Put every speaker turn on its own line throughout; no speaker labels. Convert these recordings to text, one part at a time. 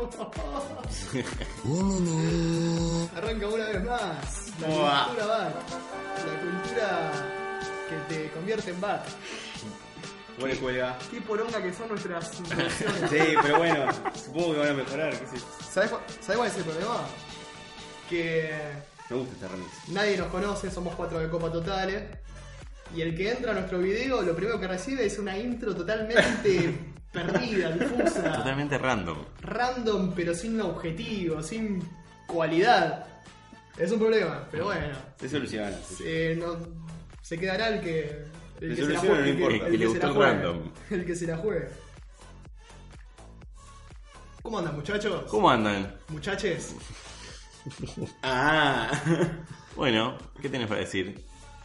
Arranca una vez más. La
Buah.
cultura bar. La cultura que te convierte en bar.
Huele cuelga.
Qué poronga que son nuestras introducciones.
Sí, pero bueno, supongo que van a mejorar, qué sé yo.
¿Sabes cuál, sabés cuál es el problema? Que
Me gusta este remix.
nadie nos conoce, somos cuatro de copa totales. Y el que entra a nuestro video, lo primero que recibe es una intro totalmente perdida, difusa.
Totalmente random.
random pero sin objetivo, sin cualidad. Es un problema, pero bueno.
Se soluciona. se
Eh, no- se quedará el que. El
La
que se la
solución
juegue.
no importa.
que-
El que le
que se la
gustó el
juegue.
random.
El que se la juegue. ¿Cómo andan, muchachos?
¿Cómo andan?
Muchaches.
Ah,
Bueno, ¿qué tenés para decir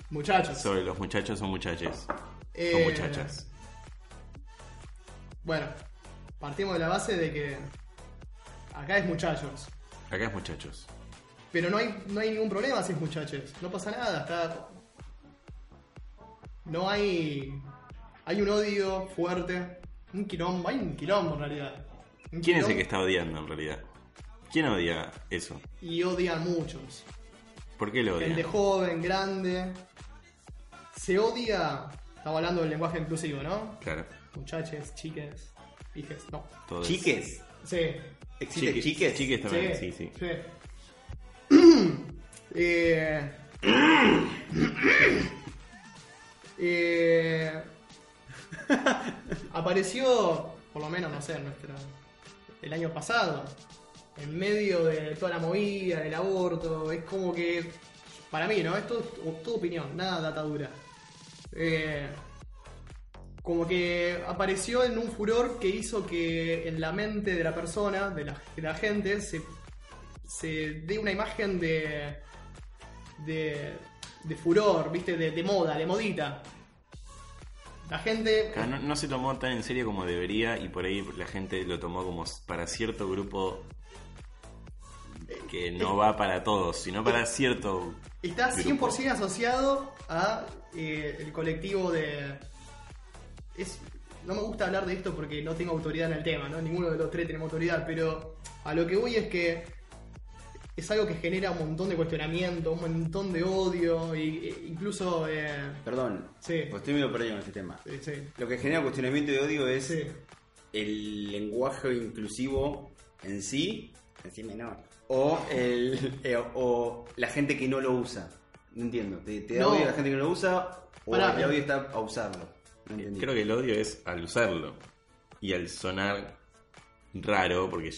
Muchachos.
sobre los muchachos o muchaches?
Eh,
O muchachas.
Bueno, partimos de la base de que. Acá es muchachos.
Acá es muchachos.
Pero no hay, no hay ningún problema si es muchachos. No pasa nada, está. No hay. Hay un odio fuerte. Un quilombo, hay un quilombo en realidad. Un
¿Quién es el
quilombo
que está odiando en realidad? ¿Quién odia eso?
Y odia a muchos.
¿Por qué lo
El de
odia?
joven, grande. Se odia. Estamos hablando del lenguaje inclusivo, ¿no?
Claro,
Muchaches, chiques, pijes, no.
todo es-
chiques.
Sí,
¿Existe chiques?
Chiques también, sí, sí.
sí. Eh, eh, apareció, por lo menos, no sé, nuestro, el año pasado, en medio de toda la movida del aborto. Es como que, para mí, ¿no? Esto es tu opinión, nada data dura. Eh, como que apareció en un furor que hizo que en la mente de la persona, de la, de la gente, se, se dé una imagen de, de, de furor, ¿viste? De, de moda, de modita. La gente...
Claro, No, no se tomó tan en serio como debería y por ahí la gente lo tomó como para cierto grupo que no va para todos, sino para cierto...
Está
grupo.
100% asociado a eh, el colectivo de... Es, no me gusta hablar de esto porque no tengo autoridad en el tema, ¿no? Ninguno de los tres tenemos autoridad, pero a lo que voy es que es algo que genera un montón de cuestionamiento, un montón de odio, y- e incluso... eh,
Perdón,
Sí.
pues estoy medio perdido con este tema.
eh, sí,
Lo que genera cuestionamiento y odio es
sí.
el lenguaje inclusivo en sí, en sí menor, o, el, eh, o la gente que no lo usa. No entiendo. ¿Te, te da
No.
odio a la gente que no lo usa o
Pará.
el odio está a usarlo? No entendí.
Creo que el odio es al usarlo y al sonar raro, porque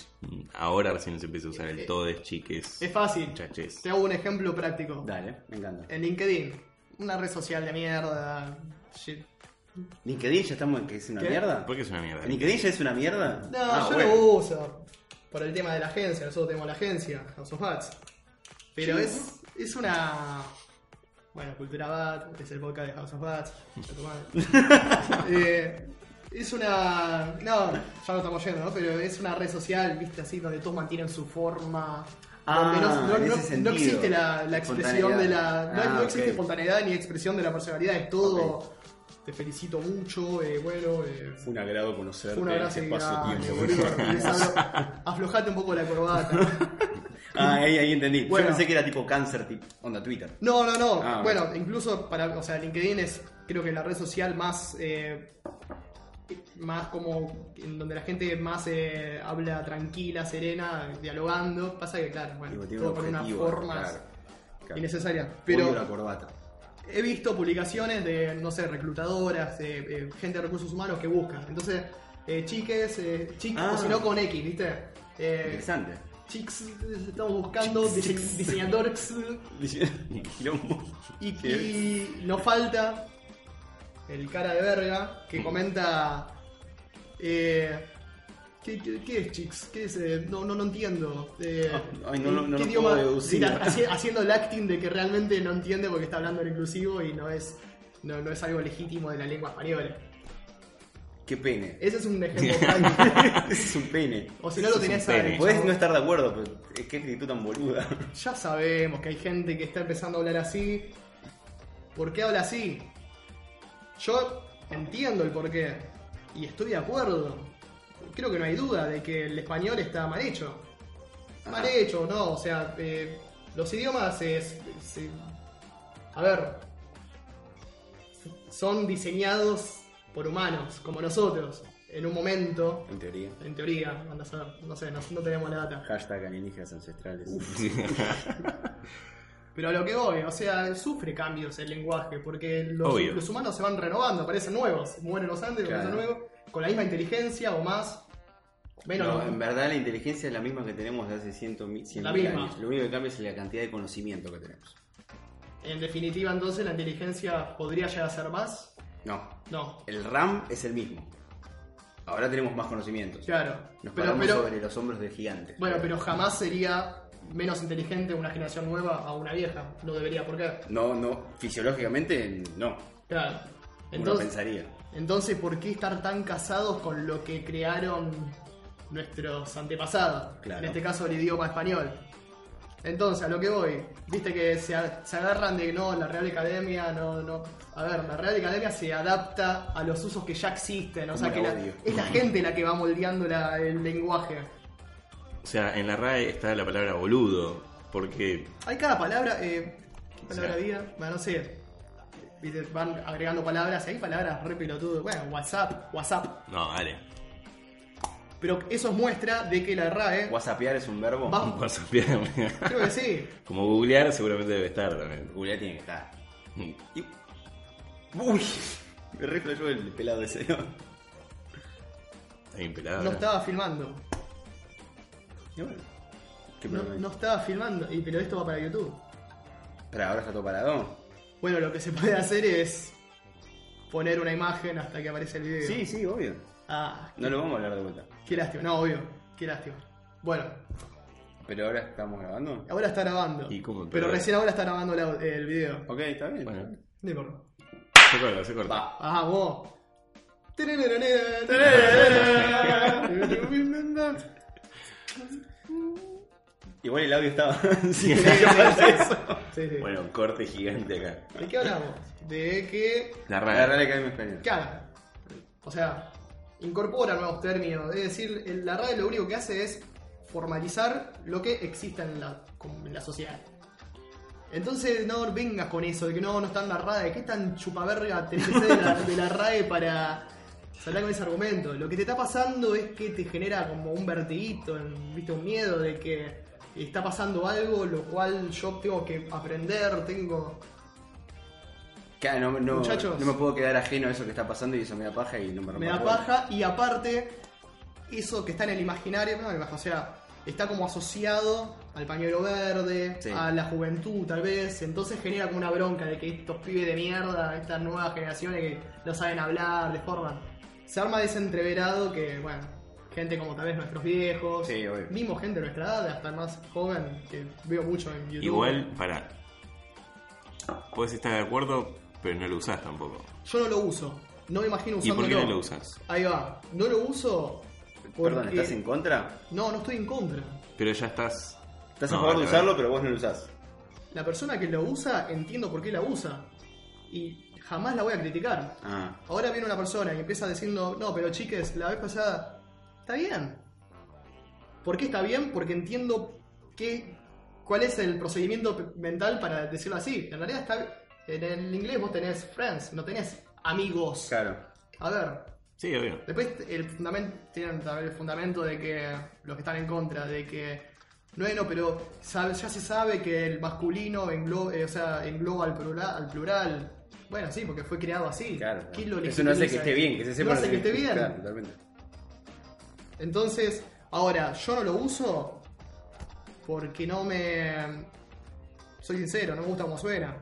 ahora recién se empieza a usar el todes, chiques,
Es fácil.
muchaches.
Te hago un ejemplo práctico.
Dale, me encanta.
En LinkedIn, una red social de mierda. shit.
¿LinkedIn ya estamos en que es una
¿Qué?
mierda?
¿Por qué es una mierda?
¿LinkedIn ya es una mierda?
No,
Ah,
yo
bueno.
lo uso por el tema de la agencia, nosotros tenemos la agencia, House of Hats. Pero
Sí.
es, es una. Bueno, Cultura Bat, es el podcast de House of Hats. ya tu madre. Eh, es una. No, ya no estamos yendo, ¿no? Pero es una red social, viste, así, donde todos mantienen su forma.
Ah,
donde no, no-
en
no-
ese
no
sentido.
existe la, la expresión de la. No,
Ah,
no existe
ok.
espontaneidad ni expresión de la personalidad, es todo. Te felicito mucho, eh, bueno. eh,
Fue un agrado conocerte
un abrazo y dale,
espacio-tiempo.
boludo. Les hablo- Aflojate un poco la corbata.
Ah, ahí, ahí entendí.
Bueno.
Yo pensé que era tipo cáncer, tipo onda Twitter.
No, no, no.
Ah,
bueno, incluso para. O sea, LinkedIn es creo que la red social más. eh, más como. en donde la gente más eh, habla tranquila, serena, dialogando. Pasa que, claro, bueno,
Tipo, tiene
todo
un
por unas
objetivo,
formas
claro, claro.
innecesarias.
Odio la
Pero Eh.
corbata.
he visto publicaciones de, no sé, reclutadoras, de eh, gente de recursos humanos que buscan. Entonces, eh, chiques, eh, chicas,
Ah.
o si no con X, ¿viste? Eh,
Interesante.
Chicks, eh, estamos buscando dise- diseñadores
Quilombo.
y, y nos falta el cara de verga que comenta eh, ¿Qué, qué, qué es, chicos? ¿Qué es? Eh, no, no, no entiendo. Eh,
Ah, Ay, no, no, no
¿qué
lo
idioma?
puedo deducir.
Mira, haci- haciendo el acting de que realmente no entiende porque está hablando en inclusivo y no es, no, no es algo legítimo de la lengua española.
Qué pene.
Ese es un ejemplo práctico.
es un pene.
Eh. O si no lo
Es un
tenés
pene.
a
Podés no estar de acuerdo, pero eh, qué actitud tan boluda.
Ya sabemos que hay gente que está empezando a hablar así. ¿Por qué habla así? Yo entiendo el porqué y estoy de acuerdo. Creo que no hay duda de que el español está mal hecho. Mal
Ah.
hecho, no, o sea, eh, los idiomas es, se- A ver. Son diseñados por humanos, como nosotros, en un momento,
En teoría.
en teoría, anda a saber, no sé, no, no tenemos la data.
Hashtag alienígenas ancestrales.
Pero a lo que voy, o sea, sufre cambios el lenguaje, porque los,
Obvio.
los humanos se van renovando, aparecen nuevos, mueren los antes,
Claro.
aparecen nuevos, con la misma inteligencia o más. Menos.
No, en verdad la inteligencia es la misma que tenemos desde hace 100 mil
La misma.
años. Lo único que cambia es la cantidad de conocimiento que tenemos.
En definitiva, entonces, la inteligencia podría llegar a ser más.
No,
No,
el RAM es el mismo. Ahora tenemos más conocimientos.
claro.
Nos
Pero,
paramos
pero-
sobre los hombros de gigantes.
bueno, pero jamás sería menos inteligente una generación nueva a una vieja. No debería, ¿por qué?
No, no, fisiológicamente no.
Claro.
Uno
Entonces,
pensaría.
entonces, ¿por qué estar tan casados con lo que crearon nuestros antepasados?
Claro.
En este caso, el idioma español. Entonces, a lo que voy, viste que se, a- se agarran de no, la Real Academia, no, no. A ver, la Real Academia se adapta a los usos que ya existen, o sea
Cómo
que
la
la-
odio.
es la gente la que va moldeando la- el lenguaje.
O sea, en la RAE está la palabra boludo, porque
Hay cada palabra, eh, ¿qué palabra
Sí.
había? Bueno, no sé. Viste, van agregando palabras, y hay palabras re pelotudo. Bueno, WhatsApp, WhatsApp.
no, dale.
Pero eso es muestra de que la RAE.
WhatsAppear es un verbo.
Va-
Vas a fiarme.
Creo que sí.
Como googlear seguramente debe estar también.
Julia tiene que estar. Y- Uy, me riflo yo el pelado ese. ¿no?
Está bien pelado.
No estaba filmando.
Y bueno, qué
No,
problema hay.
no estaba filmando. Y pero esto va para YouTube.
Pero ahora está todo parado.
Bueno, lo que se puede hacer es poner una imagen hasta que aparece el video.
Sí, sí, obvio.
Ah,
No lo vamos a hablar de vuelta.
qué lástima. No, obvio. Qué lástima. Bueno,
Pero ahora estamos grabando.
ahora está grabando.
¿Y cómo?
pero recién ahora está grabando el au- el video.
Ok, está bien.
Bueno,
No importa.
se corta, se corta.
Va.
Ah, vos.
Igual el audio estaba.
Sí.
Sí, sí.
Bueno, corte gigante acá.
¿De qué hablamos? De que
La
La
RAE.
rara que a mí me extraña.
que haga. O sea, incorpora nuevos términos. Es decir, el- la RAE lo único que hace es formalizar lo que exista en la, como en la sociedad. Entonces no vengas con eso de que no, no está en la RAE. ¿Qué tan chupaverga tenés que ser de la, de la RAE para salir con ese argumento? Lo que te está pasando es que te genera como un vertiguito, en- viste, un miedo de que está pasando algo lo cual yo tengo que aprender, tengo...
Claro, ah, no, no,
Muchachos.
no me puedo quedar ajeno a eso que está pasando y eso me da paja y no me rompa
Me da
la bola.
paja y aparte, eso que está en el imaginario, no, en el imaginario, o sea, está como asociado al pañuelo verde,
Sí.
a la juventud tal vez, entonces genera como una bronca de que estos pibes de mierda, estas nuevas generaciones que no saben hablar, les forman. Se arma de ese entreverado que, bueno, gente como tal vez nuestros viejos,
Sí, obvio.
mismo gente de nuestra edad, hasta más joven, que veo mucho en YouTube.
Igual, para. Puedes estar de acuerdo, pero no lo usás tampoco.
Yo no lo uso, no me imagino
¿Y
usándolo.
por qué no lo usas?
Ahí va, no lo uso.
Perdón,
porque-
¿estás en contra?
No, no estoy en contra.
Pero ya estás.
Estás
No,
a favor de
vale,
usarlo, pero vos no lo usás.
La persona que lo usa, entiendo por qué la usa. Y jamás la voy a criticar.
Ah,
Ahora viene una persona y empieza diciendo, no, pero chiques, la vez pasada, está bien. ¿Por qué está bien? Porque entiendo que, cuál es el procedimiento p- mental para decirlo así. En realidad está en el inglés vos tenés friends, no tenés amigos.
claro.
A ver,
Sí, obvio.
Después el fundamento, tienen tal vez el fundamento de que los que están en contra, de que bueno, pero sabe- ya se sabe que el masculino englo- eh, o sea, engloba al plural, al plural. Bueno, sí, porque fue creado así.
Claro.
¿Quién lo
Eso no hace que
legitimiza?
esté bien, que se sepa.
No hace que esté bien.
Claro, totalmente.
Entonces, ahora, yo no lo uso porque no me... Soy sincero, no me gusta como suena.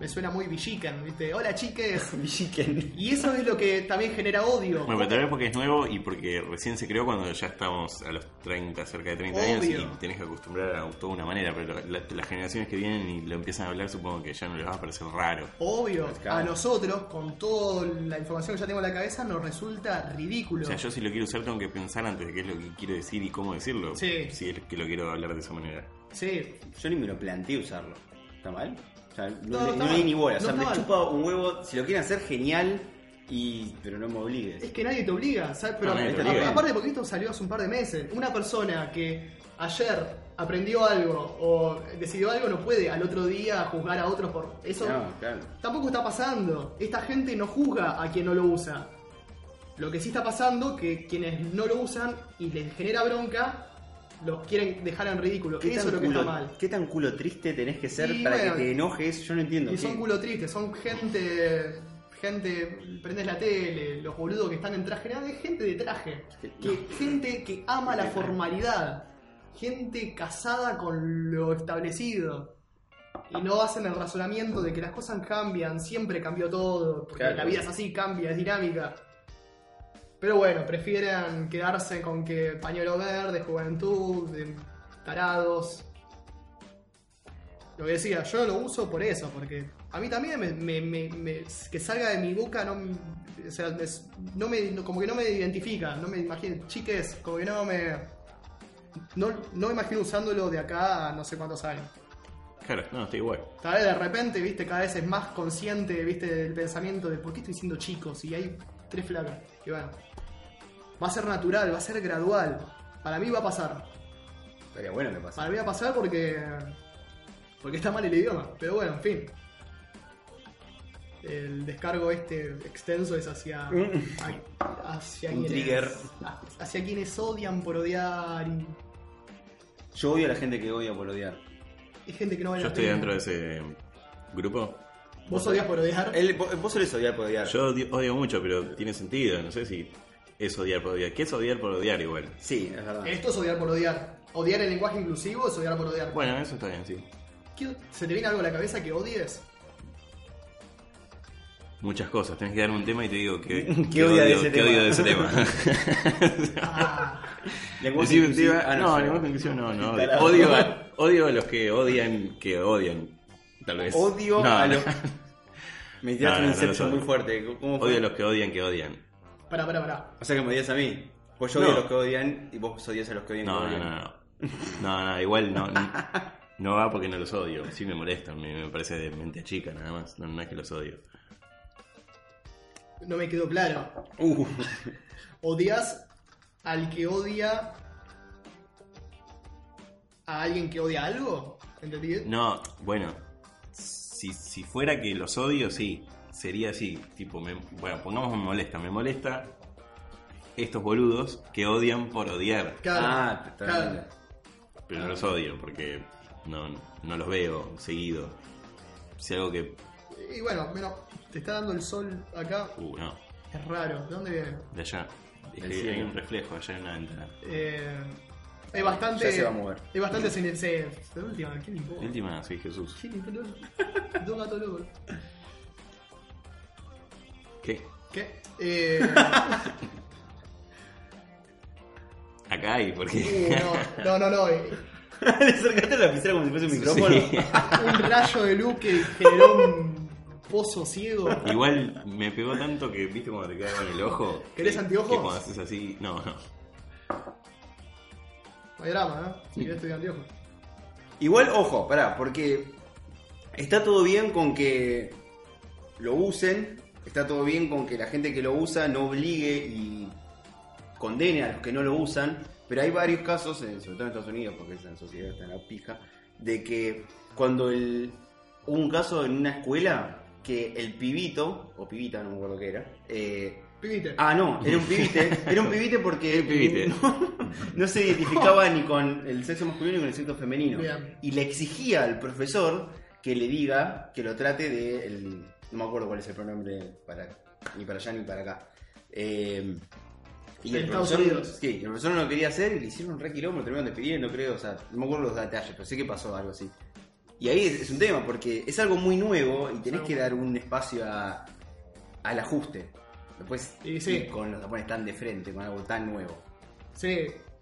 Me suena muy villican, ¿viste? Hola chiques.
Villiquen.
Y eso es lo que también genera odio.
Bueno, pero tal vez porque es nuevo y porque recién se creó cuando ya estamos a los 30, cerca de 30
Obvio.
años y tenés que acostumbrar a toda una manera, pero la- las generaciones que vienen y lo empiezan a hablar supongo que ya no les va a parecer raro.
Obvio,
Claro.
a nosotros, con toda la información que ya tengo en la cabeza, nos resulta ridículo.
O sea, yo si lo quiero usar tengo que pensar antes de qué es lo que quiero decir y cómo decirlo.
Sí.
Si es que lo quiero hablar de esa manera.
Sí,
Yo ni me lo planteé usarlo. ¿Está mal? O sea, no,
No, no
le-
está
no le
mal.
di ni bola. O sea,
No
me
está mal.
chupa un huevo. Si lo quieren hacer, genial. Y... Pero no me obligues.
es que nadie te obliga, ¿sabes? Pero
No, nadie te
a-
obliga.
aparte porque esto salió hace un par de meses. Una persona que ayer aprendió algo o decidió algo no puede al otro día juzgar a otros por eso.
No, claro.
Tampoco está pasando. Esta gente no juzga a quien no lo usa. Lo que sí está pasando que quienes no lo usan y les genera bronca, los quieren dejar en ridículo.
¿Qué
Eso
tan,
es lo que
culo,
está mal.
qué tan culo triste tenés que ser
Y
para
bueno,
que te enojes? Yo no entiendo.
Y son
¿Qué-
culo tristes, son gente. Gente, prendes la tele, los boludos que están en traje, nada, es gente de traje. Que, gente que ama la formalidad. Gente casada con lo establecido. Y no hacen el razonamiento de que las cosas cambian, siempre cambió todo, porque
Claro.
la vida es así, cambia, es dinámica. Pero bueno, prefieren quedarse con que pañuelo verde, juventud, de tarados, lo que decía, yo lo uso por eso, porque a mí también me, me- me- me- que salga de mi boca no, me- o sea, me- no me, no- como que no me identifica, no me imagino, chiques, como que no me, no, no me imagino usándolo de acá a no sé cuántos años.
Claro, no, está igual.
Tal vez de repente, viste, cada vez es más consciente, viste, del pensamiento de por qué estoy siendo chico si hay tres flacas. Y bueno, va a ser natural, va a ser gradual. Para mí va a pasar.
Estaría bueno que pase.
Para mí va a pasar porque. Porque está mal el idioma. Pero bueno, en fin. El descargo este extenso es hacia. a- hacia
Un trigger.
a- Hacia quienes odian por odiar. Y
Yo odio a la gente que odia por odiar.
hay gente que no vale
Yo
la
estoy
pena.
dentro de ese grupo.
¿Vos odias por odiar?
El- vos, vos solés odiar por odiar.
Yo odio, odio mucho, pero tiene sentido. No sé si es odiar por odiar. ¿Qué es odiar por odiar igual?
Sí, es verdad.
Esto es odiar por odiar. Odiar el lenguaje inclusivo es odiar por odiar.
Bueno, eso está bien, sí.
¿Qué- ¿Se te viene algo a la cabeza que odies?
Muchas cosas. Tenés que darme un tema y te digo que,
odia de ese
qué
tema?
odio de ese tema.
Ah,
Lenguaje
Decime un
inclusivo-
tema-
ah,
no,
sí.
lenguaje inclusivo no, no. Odio,
Tarado.
odio a, odio a los que odian que odian. Tal vez.
Odio
No,
a
no.
los. Me tiraste
No, no,
un
no, no
inception
soy.
muy fuerte. ¿Cómo fue?
Odio a los que odian que odian.
pará, pará, pará.
O sea que me odias a mí. Pues yo odio
No.
a los que odian y vos odias a los que odian.
No,
que
no,
odian.
no, no. No, no, igual no. n- No va porque no los odio. Sí me molestan, me, me parece de mente chica nada más. No, no es que los odio.
No me quedó claro.
Uh,
Odias al que odia a alguien que odia algo. ¿Entendí bien?
No, bueno, si, si fuera que los odio, sí, sería así. Tipo, me- bueno, pongamos me molesta. Me molesta estos boludos que odian por odiar.
Claro.
Ah, te está
claro.
dando.
Pero no los odio porque no, no los veo seguido. Si algo que...
Y bueno, bueno, te está dando el sol acá.
Uh, no,
Es raro. ¿De dónde viene?
de allá. Es
Del
que
cielo.
hay un reflejo allá en una ventana.
Eh, es bastante.
Ya se va a mover.
Es bastante sin el De última, ¿qué le importa?
Última, sí, Jesús.
¿Qué le importa? Dos gatos locos.
¿Qué?
¿Qué? Eh,
Acá hay, porque...
uh, no, no, no, no. eh,
Le acercaste la pizarra como si fuese un micrófono.
Sí.
Un rayo de luz que generó un pozo ciego.
Igual me pegó tanto que, viste, cuando te quedaba en el ojo.
¿Querés
Que-
anteojos? Eh,
Que cuando haces así. No, no.
No hay drama, ¿no? este Si querés estudiar anteojos.
Igual, ojo, pará, porque está todo bien con que lo usen, está todo bien con que la gente que lo usa no obligue y condene a los que no lo usan, pero hay varios casos, en- sobre todo en Estados Unidos, porque esa sociedad está en la pija, de que cuando el, hubo un caso en una escuela que el pibito, o pibita, no me acuerdo qué era, eh,
Pibite.
Ah, no, era un pibite. Era un pibite porque
Pibite.
No, no se identificaba ni con el sexo masculino ni con el sexo femenino.
Bien.
Y le exigía al profesor que le diga, que lo trate de. el- no me acuerdo cuál es el pronombre para, ni para allá ni para acá. Eh, y
En
el
Estados
profesor,
Unidos.
sí, el profesor no lo quería hacer y le hicieron un re quilombo, lo terminaron despidiendo, creo. O sea, no me acuerdo los detalles, pero sé que pasó algo así. Y ahí es, es un tema, porque es algo muy nuevo y tenés que dar un espacio a- al ajuste. Después,
Y sí.
ir con los tapones tan de frente, con algo tan nuevo.
Sí,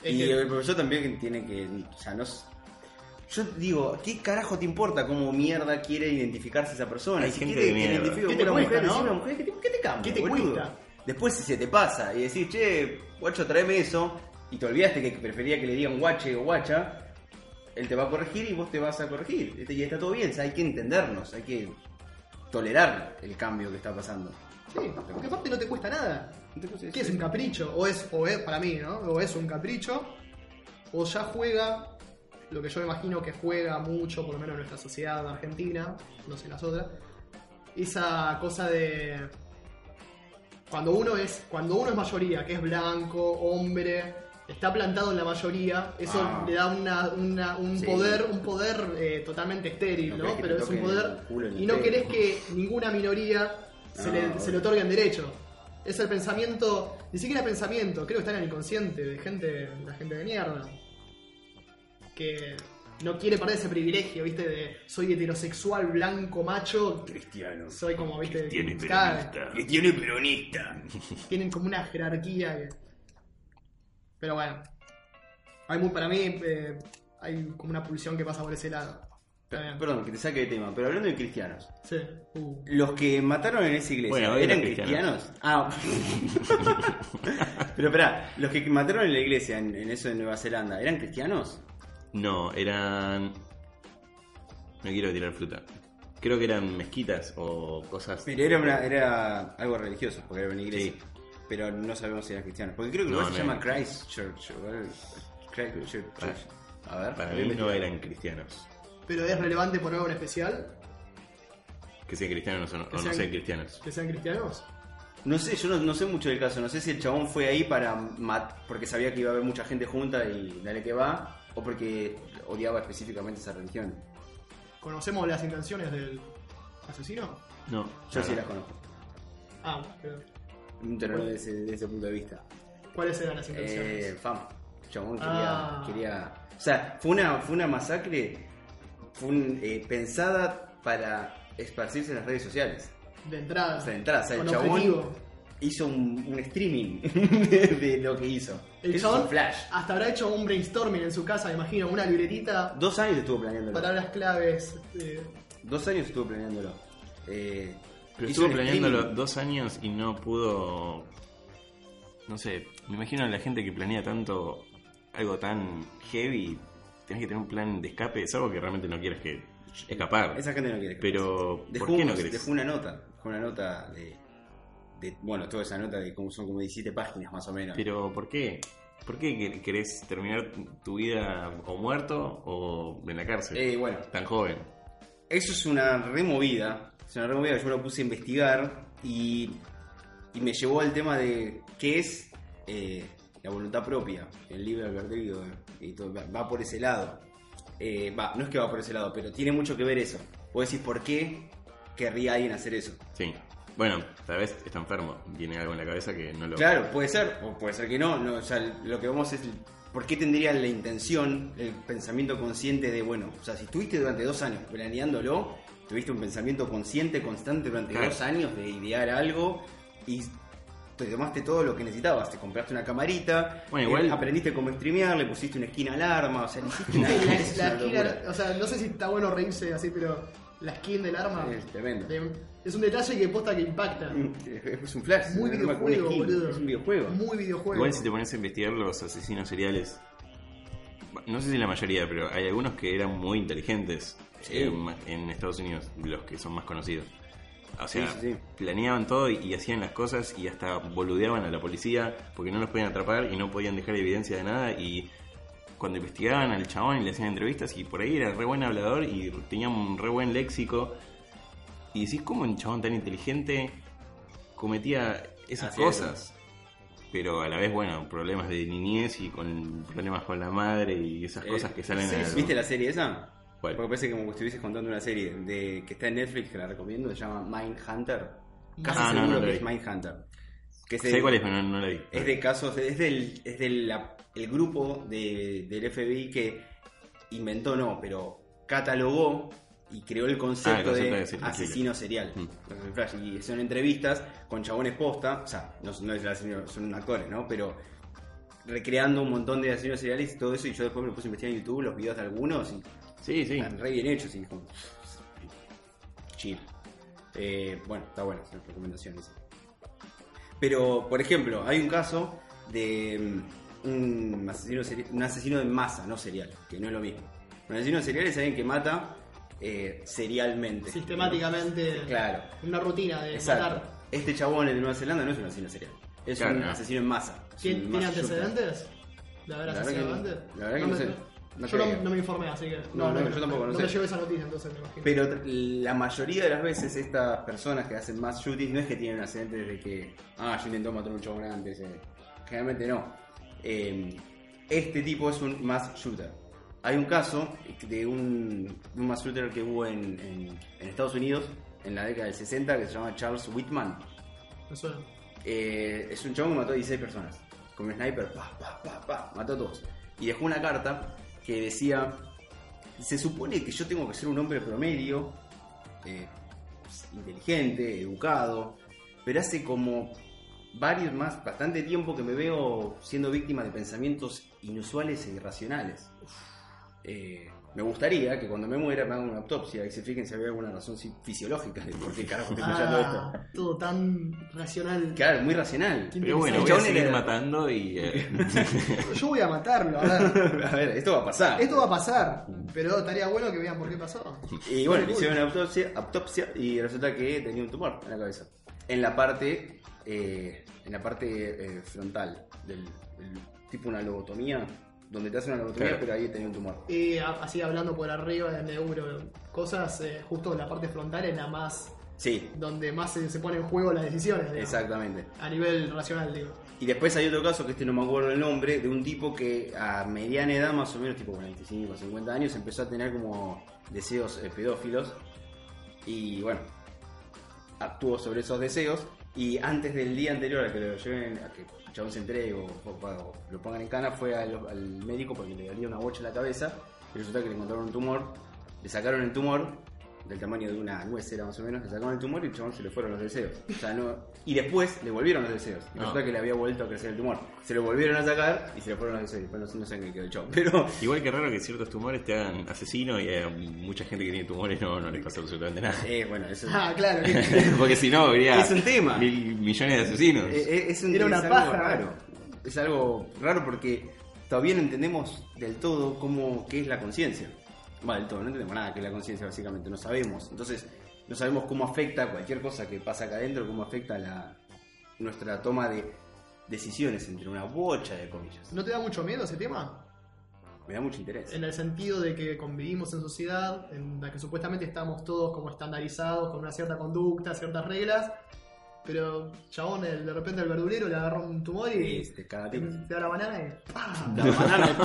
es
y
que-
el profesor también tiene que. O sea, no. s- Yo digo, ¿qué carajo te importa cómo mierda quiere identificarse esa persona?
Hay
si
gente
quiere
de mierda.
identifique
¿Qué
como
te
una
cuesta,
mujer,
no?
decime una mujer, ¿qué te, qué te cambia,
¿Qué te
boludo?
cuesta?
Después se te pasa y decís, che, guacho, tráeme eso. Y te olvidaste que prefería que le digan guache o guacha. Él te va a corregir y vos te vas a corregir. Este- Y está todo bien, o sea, hay que entendernos, hay que tolerar el cambio que está pasando.
sí, porque aparte no te cuesta nada.
Entonces,
¿Qué es un capricho? O es, o es, para mí, ¿no? O es un capricho, o ya juega lo que yo me imagino que juega mucho, por lo menos en nuestra sociedad argentina, no sé las otras, esa cosa de cuando uno es, cuando uno es mayoría, que es blanco, hombre, está plantado en la mayoría, eso
Ah.
le da una, una- un
Sí.
poder, un poder eh, totalmente estéril,
No
¿no?
querés que
Pero
te
es un
toquen
poder
el culo en el
y no
pelo.
querés que ninguna minoría se,
No,
le,
obvio.
se le otorguen derecho. Es el pensamiento, ni siquiera es pensamiento, creo que está en el inconsciente de gente, la gente de mierda. Que no quiere perder ese privilegio, viste, de soy heterosexual, blanco, macho,
Cristiano.
soy como, viste,
Tiene
cada-
peronista.
Cristiano peronista.
tienen como una jerarquía. que- Pero bueno, hay muy, para mí eh, hay como una pulsión que pasa por ese lado. Está bien.
Perdón, que te saque de tema, pero hablando de cristianos.
Sí. Uh.
Los que mataron en esa iglesia
Bueno,
eran
eran
cristianos. Ah. Pero espera, los que mataron en la iglesia en, en eso de Nueva Zelanda, ¿eran cristianos?
No, eran. No quiero tirar fruta. Creo que eran mezquitas o cosas.
Pero era, una- era algo religioso, porque era una iglesia.
Sí.
Pero no sabemos si eran cristianos. Porque creo que
No,
igual se
no
llama
eran.
Christchurch. o algo- Christchurch.
Para-
A ver.
Para
voy a
mí no
investigar.
eran cristianos.
Pero es relevante por algo en especial
Que sean cristianos o no, o
Que
no
sean-
sean cristianos.
que sean cristianos.
No sé, yo no, no sé mucho del caso. No sé si el chabón fue ahí para mat porque sabía que iba a haber mucha gente junta y dale que va, o porque odiaba específicamente esa religión.
¿Conocemos las intenciones del asesino?
No.
Yo
Ah,
sí
no.
las conozco.
Ah, pero
Un terror desde, desde ese punto de vista.
¿cuáles eran las intenciones?
Eh, fam, el chabón quería,
Ah.
quería. O sea, fue una, fue una masacre fue un, eh, pensada para esparcirse en las redes sociales.
de entrada.
O sea, de entrada, o sea, el
Con
chabón
objetivo.
hizo un, un streaming de, de lo que hizo.
El
Eso es
chabón
un flash.
hasta habrá hecho un brainstorming en su casa, me imagino, una libretita,
Dos años estuvo planeándolo.
palabras claves. eh,
Dos años estuvo planeándolo. Eh,
Pero
hizo
estuvo
un
planeándolo
streaming.
dos años y no pudo. No sé, me imagino a la gente que planea tanto algo tan heavy. Tenés que tener un plan de escape, salvo que realmente no quieras que escapar.
Esa gente no quiere. que
Pero,
pase.
¿por
dejó,
qué no
un-
querés?
dejó una nota. Dejó una nota de, de- Bueno, toda esa nota de como son como 17 páginas más o menos.
Pero ¿por qué? ¿Por qué que- querés terminar tu vida o muerto o en la cárcel?
Eh, bueno,
Tan joven.
eso es una removida. Es una removida que yo me lo puse a investigar y, y me llevó al tema de qué es eh, la voluntad propia, el libre albedrío eh, y todo, va, va por ese lado. Eh, va, no es que va por ese lado, pero tiene mucho que ver eso. Vos decís por qué querría alguien hacer eso.
Sí. Bueno, tal vez está enfermo. Tiene algo en la cabeza que no lo.
Claro, puede ser, o puede ser que no. no o sea, lo que vemos es el- por qué tendría la intención, el pensamiento consciente de, bueno, o sea, si estuviste durante dos años planeándolo, tuviste un pensamiento consciente constante durante
Claro.
dos años de idear algo y te tomaste todo lo que necesitabas. Te compraste una camarita,
Bueno, igual-
eh, aprendiste cómo streamear, le pusiste una esquina alarma, o sea, le hiciste
la,
una, es
la
una
esquina-
locura.
o sea, no sé si está bueno reírse así, pero la skin del arma
Es tremendo.
de- es un detalle que posta que impacta.
Es un flash,
Muy
un arma con una
videojuego,
skin,
boludo.
es un videojuego.
Muy videojuego.
Igual si te pones a investigar los asesinos seriales. No sé si la mayoría, pero hay algunos que eran muy inteligentes
Sí.
en, en Estados Unidos, los que son más conocidos. O sea,
Sí, sí, sí.
planeaban todo y, y hacían las cosas y hasta boludeaban a la policía porque no los podían atrapar y no podían dejar evidencia de nada. Y cuando investigaban al chabón y le hacían entrevistas, y por ahí era re buen hablador y tenía un re buen léxico. Y decís, ¿cómo un chabón tan inteligente cometía esas
Hacía
cosas? Pero a la vez, bueno, problemas de niñez y con problemas con la madre y esas
Eh,
cosas que salen
sí,
a
sí. ¿Viste la serie esa?
¿Cuál?
Porque parece como que estuvieses contando una serie de que está en Netflix, que la recomiendo, se llama Mindhunter. Casi
Ah, no,
seguro
no la
que
vi.
es Mindhunter. Que es
Sé
de-
cuál es, pero no, no la vi.
es de casos, es del, es del la- el grupo de- del FBI que inventó, no, pero catalogó y creó el concepto,
Ah, el concepto
de,
de serial
asesino serial.
Mm.
Entonces, en Flash, y son entrevistas con chabones posta, o sea, no, no es el asesino, son actores, ¿no? Pero recreando un montón de asesinos seriales y todo eso, y yo después me puse a investigar en YouTube los videos de algunos y
Sí, sí.
están re bien hechos y es como chill. Eh, bueno, está buena son las recomendaciones. Pero, por ejemplo, hay un caso de mm, un asesino, seri- un asesino de masa, no serial, que no es lo mismo. Un asesino serial es alguien que mata eh, serialmente.
Sistemáticamente.
Claro.
Una rutina de
Exacto.
matar.
Este chabón el de Nueva Zelanda no es un asesino serial. Es
Claro,
un
no.
asesino en masa. Es
¿Tien-
un
¿Tiene
mass shooter.
antecedentes? ¿De haber
La verdad
asesinado
que-
antes?
la verdad que no
me-
sé. No
yo no,
creo.
no me informé, así que.
No, no, yo tampoco, no
No
sé.
me llevo esa noticia, entonces me imagino.
Pero tr- la mayoría de las veces estas personas que hacen más shootings no es que tienen un accidente de que, ah, yo intentó matar a un chabón antes. eh. Generalmente no. Eh, este tipo es un mass shooter. Hay un caso de un, de un mass shooter que hubo en, en- en Estados Unidos en la década del 60 que se llama Charles Whitman.
Me suena.
Eh, es un chabón que mató a 16 personas. Con un sniper, pa, pa, pa, pa, mató a todos. Y dejó una carta que decía: Se supone que yo tengo que ser un hombre promedio, eh, inteligente, educado, pero hace como varios más, bastante tiempo que me veo siendo víctima de pensamientos inusuales e irracionales. Eh, me gustaría que cuando me muera me hagan una autopsia y se fijen si había alguna razón si- fisiológica de por qué carajo estoy escuchando esto.
Ah, todo tan racional.
Claro, muy racional.
Pero bueno,
El
voy a
chabón
seguir
era-
matando y. eh,
Yo voy a matarlo, a ver.
A ver, esto va a pasar.
Esto va a pasar, pero estaría bueno que vean por qué pasó.
Y bueno, le hicieron una autopsia, autopsia y resulta que tenía un tumor en la cabeza. En la parte, eh, en la parte eh, frontal, del, del- tipo una lobotomía, donde te hacen una lobotomía,
Claro.
pero ahí tenía un tumor.
Y a- así hablando por arriba de neuro, cosas eh, justo en la parte frontal es la más
Sí,
donde más se, se pone en juego las decisiones. digamos.
exactamente.
A nivel racional, digo.
Y después hay otro caso, que este no me acuerdo el nombre, de un tipo que a mediana edad, más o menos tipo 45 50 años, empezó a tener como deseos eh, pedófilos. Y bueno, actuó sobre esos deseos. Y antes del día anterior a que lo lleven, a que el chabón se entregue o, o- o lo pongan en cana, fue al, al médico porque le daría una bocha en la cabeza. Y resulta que le encontraron un tumor. Le sacaron el tumor, del tamaño de una nuez era más o menos. Le sacaron el tumor y el chabón se le fueron los deseos. O sea, no- y después le volvieron los deseos. Y
No.
resulta que le había vuelto a crecer el tumor. Se lo volvieron a sacar y se le fueron los deseos. Bueno, no sé- no sé en qué quedó el chabón. Pero
Igual que raro que ciertos tumores te hagan asesino y a mucha gente que tiene tumores no, no les pasa absolutamente nada.
eh, bueno, eso es-
Ah, claro. que-
Porque si no, habría
Es un tema.
mil millones de asesinos.
Eh, eh, es un,
Era una
es
paja.
algo raro. Es algo raro porque todavía no entendemos del todo cómo qué es la conciencia. Va, del todo, no entendemos nada que es la conciencia, básicamente, no sabemos. Entonces, no sabemos cómo afecta cualquier cosa que pasa acá adentro, cómo afecta la, nuestra toma de decisiones entre una bocha de comillas.
¿No te da mucho miedo ese tema?
Me da mucho interés.
En el sentido de que convivimos en sociedad, en la que supuestamente estamos todos como estandarizados, con una cierta conducta, ciertas reglas, pero chabón, el- de repente el verdulero le agarró un tumor y
Este, cada
te
tipo.
da la banana y ¡pah!
La banana.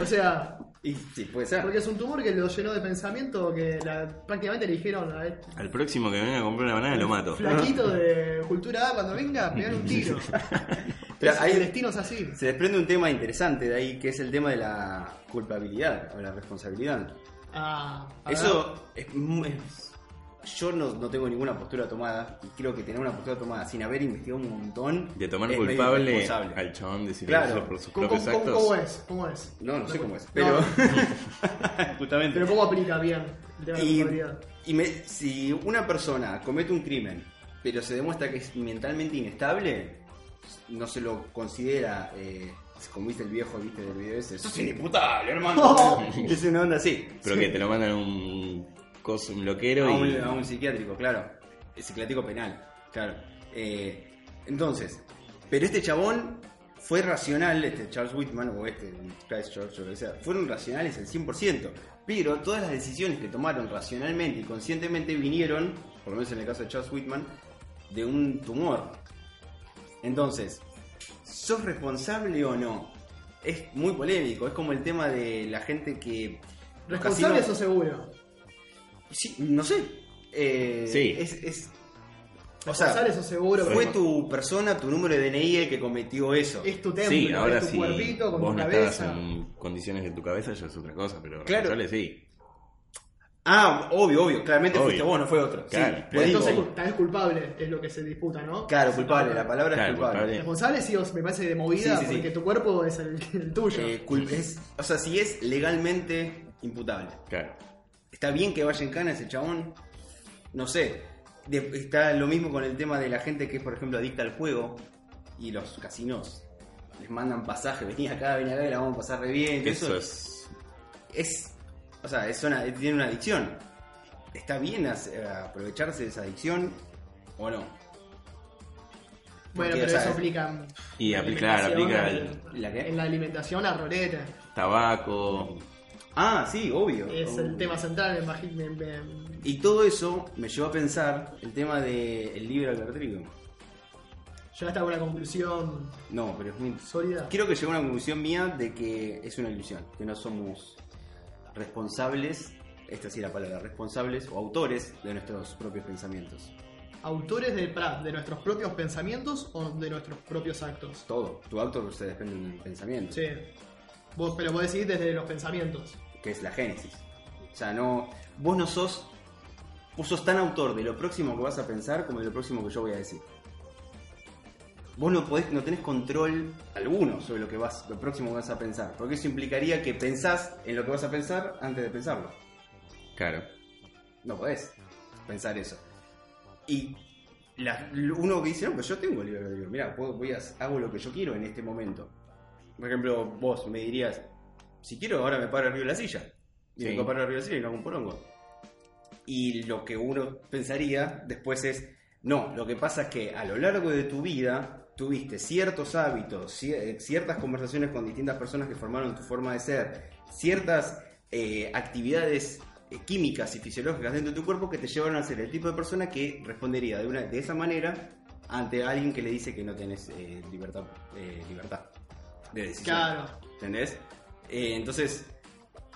O sea,
y sí, puede ser.
porque es un tumor que lo llenó de pensamiento, que la- prácticamente le dijeron a ver,
Al próximo que me venga a comprar una banana lo mato.
flaquito de cultura A cuando venga, pegar un tiro.
Pero
Es-
hay-
el destino es así.
Se desprende un tema interesante de ahí, que es el tema de la culpabilidad o la responsabilidad.
Ah, a ver.
Eso es, mu- es- yo no, no tengo ninguna postura tomada y creo que tener una postura tomada sin haber investigado un montón
De tomar
es medio
culpable
irresponsable.
al chabón de
Claro.
silencio por sus
¿Cómo,
propios
cómo-
actos.
cómo es? ¿Cómo es?
No, no sé cómo es,
No,
pero justamente.
Pero ¿cómo aplica bien el tema de la
y
culpabilidad?
y me- si una persona comete un crimen, pero se demuestra que es mentalmente inestable, no se lo considera eh, como viste el viejo viste del video ese, eso es inimputable, hermano. es una onda así.
Pero que te lo mandan a un coso, un loquero
a un,
y.
a un psiquiátrico, claro. El psiquiátrico penal, claro. Eh, entonces, pero este chabón fue racional, este Charles Whitman o este Christchurch o lo que sea, fueron racionales al 100%. Pero todas las decisiones que tomaron racionalmente y conscientemente vinieron, por lo menos en el caso de Charles Whitman, de un tumor. Entonces, ¿sos responsable o no? Es muy polémico, es como el tema de la gente que...
¿Responsable
casi no-
o seguro?
Sí, no sé. Eh,
Sí.
Es, es- O sea,
Pasar eso seguro.
fue
pero-
tu persona, tu número de DNI el que cometió eso.
Es tu templo,
sí, ahora
es tu
si
cuerpito con
vos
tu
no
cabeza.
estás en condiciones de tu cabeza ya es otra cosa, pero
Claro.
responsable sí.
Ah, obvio, obvio. Claramente
Obvio.
fuiste vos, no fue otro.
Claro.
Sí,
Bueno,
pero digo,
Entonces, tal vez culpable es lo que se disputa, ¿no?
claro, culpable. La palabra
Claro,
es culpable.
culpable.
Responsable sí os- me parece de movida
Sí, sí, sí.
porque tu cuerpo es el, el tuyo.
Eh, cul- es- o sea, si es legalmente imputable.
Claro.
Está bien que vaya en cana ese chabón. No sé. De- está lo mismo con el tema de la gente que es, por ejemplo, adicta al juego y los casinos les mandan pasaje. Vení acá, vení acá y la vamos a pasar re bien.
Eso es.
es o sea es una, tiene una adicción está bien hace- aprovecharse de esa adicción o no
bueno,
porque,
pero
o sea,
eso aplica.
Y
en
apli- claro,
alimentación,
aplica
en-
el- ¿la qué?
En la alimentación a roleta.
Tabaco.
ah sí obvio
Es el tema central, me imagino. me- me-
y todo eso me llevó a pensar el tema del el libre albedrío
¿Llegaste a una conclusión
no pero es muy
sólida?
creo que llegó a una conclusión mía de que es una ilusión que no somos responsables esta sí es la palabra responsables o autores de nuestros propios pensamientos
¿Autores de, pará, de nuestros propios pensamientos o de nuestros propios actos?
todo tu acto se depende de un pensamiento
Sí. Vos, pero vos decís desde los pensamientos.
que es la génesis. O sea, no, vos no sos, vos sos tan autor de lo próximo que vas a pensar como de lo próximo que yo voy a decir. Vos no podés, no tenés control alguno sobre lo que vas, lo próximo que vas a pensar, porque eso implicaría que pensás en lo que vas a pensar antes de pensarlo.
Claro.
No podés pensar eso. Y la- uno que dice, no, pero yo tengo el libre albedrío. Mirá, puedo- voy a, hago lo que yo quiero en este momento. Por ejemplo, vos me dirías, si quiero, ahora me paro arriba de la silla. Y
Sí.
me paro arriba de la silla y no hago un porongo. Y lo que uno pensaría después es, no, lo que pasa es que a lo largo de tu vida tuviste ciertos hábitos, cier- ciertas conversaciones con distintas personas que formaron tu forma de ser, ciertas eh, actividades eh, químicas y fisiológicas dentro de tu cuerpo que te llevaron a ser el tipo de persona que respondería de, una, de esa manera ante alguien que le dice que no tenés eh, libertad, eh, libertad de decisión.
Claro.
¿Entendés? Eh, entonces,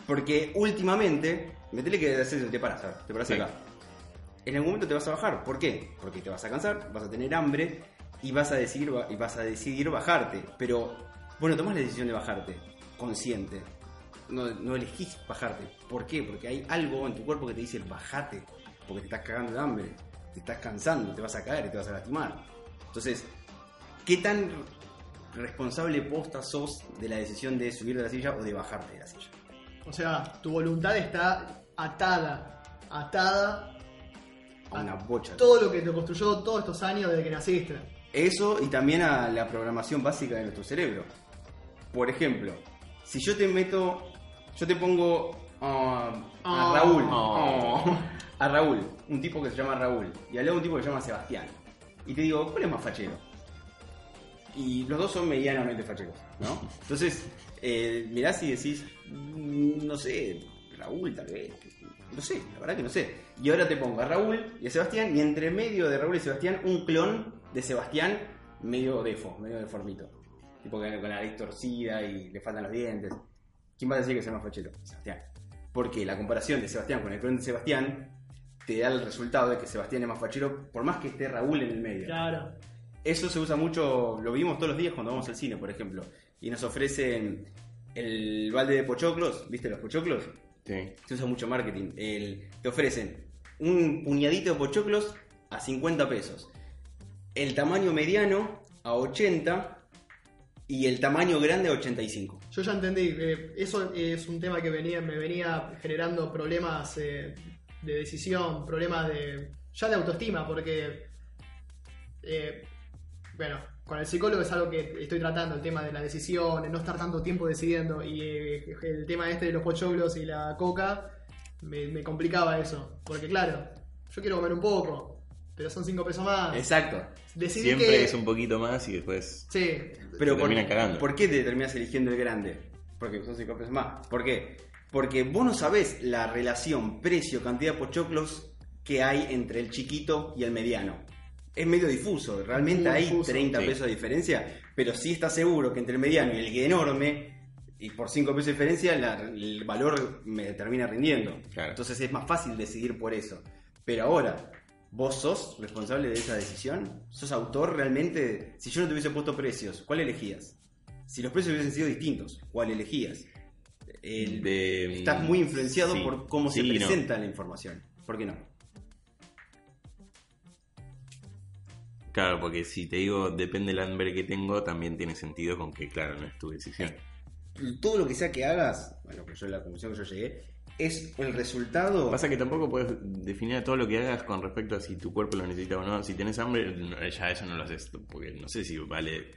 porque últimamente, metele que haces- te paras, a ver, te paras
Sí.
acá. En algún momento te vas a bajar. ¿Por qué? Porque te vas a cansar, vas a tener hambre y vas a decidir, ba- y vas a decidir bajarte. Pero, bueno, tomás la decisión de bajarte, consciente. No, no elegís bajarte. ¿Por qué? Porque hay algo en tu cuerpo que te dice bajate. Porque te estás cagando de hambre, te estás cansando, te vas a caer y te vas a lastimar. Entonces, ¿qué tan responsable posta sos de la decisión de subir de la silla o de bajarte de la silla?
O sea, tu voluntad está atada. Atada
A una bocha.
todo lo que te construyó todos estos años desde que naciste.
Eso y también a la programación básica de nuestro cerebro. Por ejemplo, si yo te meto, yo te pongo ah, a
Oh.
Raúl,
Oh.
oh, a Raúl, un tipo que se llama Raúl, y al lado un tipo que se llama Sebastián, y te digo, ¿cuál es más fachero? Y los dos son medianamente facheros, ¿no? Entonces, eh, mirás y decís, mm, no sé, Raúl tal vez, no sé, la verdad que no sé. Y ahora te pongo a Raúl y a Sebastián, y entre medio de Raúl y Sebastián, un clon de Sebastián medio defo, medio deformito. Tipo que con la nariz torcida y le faltan los dientes. ¿Quién va a decir que sea más fachero? Sebastián. Porque la comparación de Sebastián con el clon de Sebastián te da el resultado de que Sebastián es más fachero por más que esté Raúl en el medio.
Claro.
Eso se usa mucho, lo vimos todos los días cuando vamos al cine, por ejemplo. Y nos ofrecen el balde de pochoclos, ¿viste los pochoclos?
Sí.
Se usa mucho marketing. El- te ofrecen un puñadito de pochoclos a 50 pesos. El tamaño mediano a 80 y el tamaño grande a 85.
Yo ya entendí, eh, eso es un tema que venía, me venía generando problemas eh, de decisión, problemas de. ya de autoestima, porque. eh, bueno, con el psicólogo es algo que estoy tratando, el tema de la decisión, el no estar tanto tiempo decidiendo, y eh, el tema este de los pochoclos y la coca, me, me complicaba eso. Porque claro, yo quiero comer un poco, pero son 5 pesos más.
Exacto.
Decidí
Siempre
que-
es un poquito más y después.
Sí,
Pero
Te
por,
terminan cagando.
¿por qué te terminas eligiendo el grande? Porque sos cinco pesos más. ¿Por qué? Porque vos no sabés la relación precio-cantidad de pochoclos que hay entre el chiquito y el mediano. Es medio difuso, realmente
Muy
hay
difuso.
30
Sí.
pesos de diferencia, pero sí estás seguro que entre el mediano y el enorme, y por 5 pesos de diferencia, la- el valor me termina rindiendo.
Claro.
Entonces es más fácil decidir por eso. Pero ahora, ¿Vos sos responsable de esa decisión? ¿Sos autor realmente? Si yo no te hubiese puesto precios, ¿cuál elegías? Si los precios hubiesen sido distintos, ¿cuál elegías? El-
De-
estás muy influenciado
sí.
por cómo
Sí
se
y no.
presenta la información. ¿Por qué no?
Claro, porque si te digo depende del hambre que tengo, también tiene sentido con que, claro, no es tu decisión.
Todo lo que sea que hagas, bueno, que yo la conclusión que yo llegué, es el resultado.
Pasa que tampoco puedes definir a todo lo que hagas con respecto a si tu cuerpo lo necesita o no. Si tienes hambre, no, ya eso no lo haces, porque no sé si vale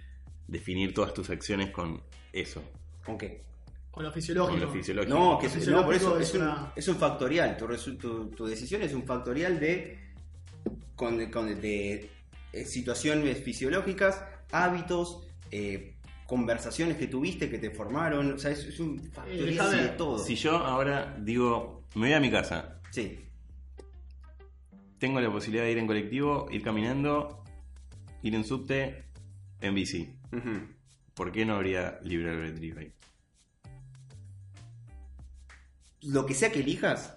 definir todas tus acciones con eso,
¿Con qué?
Con lo
con
fisiológico.
lo fisiológico.
No, que
Entonces,
no,
lo
por eso
lógico
es,
es
un,
una-
es un factorial. Tu, resu- tu, tu decisión es un factorial de, con, con- de, eh, situaciones fisiológicas, hábitos, eh, conversaciones que tuviste, que te formaron. O sea, es, es un factorial
déjame-
de todo.
Si yo ahora digo, me voy a mi casa,
Sí.
tengo la posibilidad de ir en colectivo, ir caminando, ir en subte, en bici.
Ujú.
¿Por qué no habría libre albedrío ahí?
Lo que sea que elijas,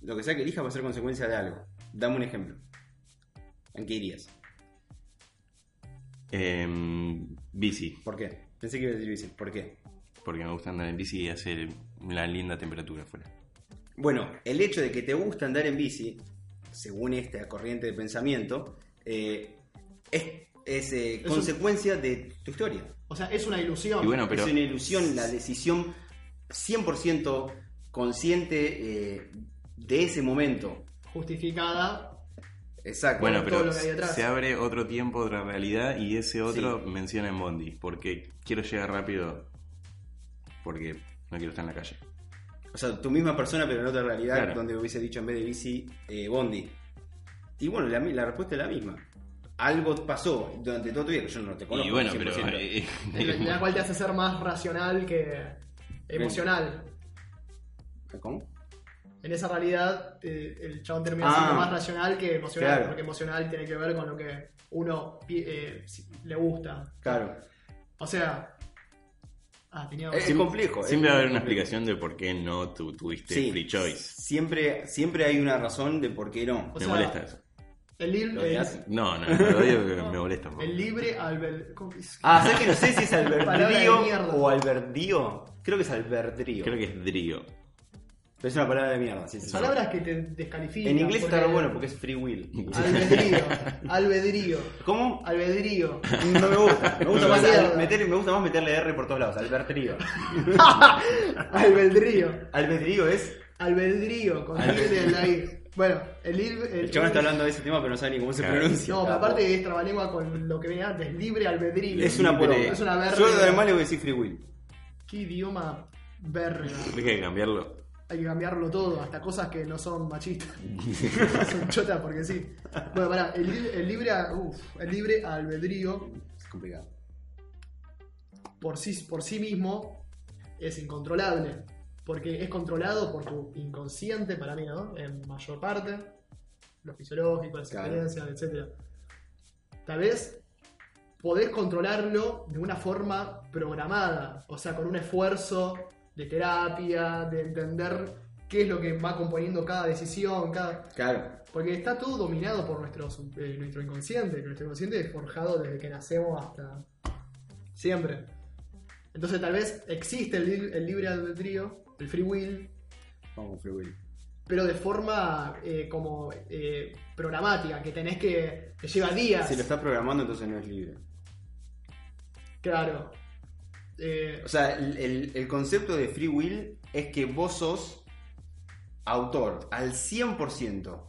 lo que sea que elijas va a ser consecuencia de algo. Dame un ejemplo. ¿En qué irías?
Em, bici,
¿Por qué? Pensé que iba a decir bici. ¿Por qué?
porque me gusta andar en bici y hacer una linda temperatura afuera.
Bueno, el hecho de que te gusta andar en bici, según esta corriente de pensamiento, eh, es, es, eh,
un-
consecuencia de tu historia.
O sea, es una ilusión.
Y bueno, pero
es una ilusión, la decisión 100% consciente eh, de ese momento.
Justificada.
Exacto.
Bueno,
con todo
pero
lo que hay atrás.
se abre otro tiempo, otra realidad y ese otro
Sí.
menciona en Bondi, porque quiero llegar rápido, porque no quiero estar en la calle.
O sea, tu misma persona, pero en otra realidad,
Claro.
donde hubiese dicho en vez de bici, eh, Bondi. Y bueno, la, mi- la respuesta es la misma. Algo pasó durante todo tu vida, que yo no te conozco.
y bueno, pero...
100%.
eh,
de la cual te hace ser más racional que emocional.
eh,
¿Cómo?
En esa realidad, eh, el chabón termina
Ah.
siendo más racional que emocional,
Claro.
porque emocional tiene que ver con lo que uno pi- eh, si- le gusta.
Claro.
O sea. Ah, tenía.
Es, es complejo.
Siempre va a haber una
explicación
explicación de por qué no tu- tuviste
Sí.
free choice.
Siempre, siempre hay una razón de por qué no.
O
me
sea,
molesta eso.
El, lib-
Lo que
el-
hace.
No, no, no lo digo que me molesta. un poco.
el libre albed- ¿cómo es?
Ah, sé que no sé si es
Palabra de
alberdrío
mierda.
o alberdío. Creo que es alberdrío.
Creo que es drío.
Pero es una palabra de mierda. sí, sí, sí.
Palabras que te descalifican.
En inglés está re bueno porque es free will.
Albedrío. Albedrío.
¿Cómo?
Albedrío.
Ah, No me gusta. Me gusta, más,
Mierda.
meter- me gusta más meterle R por todos lados. Alberdrío.
Albedrío.
Albedrío es.
Albedrío. Con
Albed-
tilde en la I. Bueno, el libre.
El chabón está hablando de ese tema, pero no sabe ni cómo se
Claro.
pronuncia.
No, pero aparte es trabalengua con lo que viene antes. Libre albedrío.
Es una
Libre.
poronga.
Es una verga.
Yo además le voy a decir free will.
Qué idioma verga.
Creo que hay que cambiarlo.
Hay que cambiarlo todo, hasta cosas que no son machistas. son chotas porque sí. Bueno, pará, el, lib- el libre, a- uf, el libre albedrío
Es complicado.
por sí, por sí mismo es incontrolable. Porque es controlado por tu inconsciente, para mí, ¿no? En mayor parte. Lo fisiológico, las
Claro.
experiencias, etc. Tal vez podés controlarlo de una forma programada. O sea, con un esfuerzo de terapia, de entender qué es lo que va componiendo cada decisión, cada...
Claro.
Porque está todo dominado por nuestro, sub- eh, nuestro inconsciente. que Nuestro inconsciente es forjado desde que nacemos hasta siempre. Entonces tal vez existe el, lib- el libre albedrío, el free will,
Vamos con free will.
pero de forma eh, como eh, programática, que tenés que... que lleva días.
Si lo está programando, entonces no es libre.
Claro. Eh,
O sea, el, el- el concepto de free will es que vos sos autor al 100%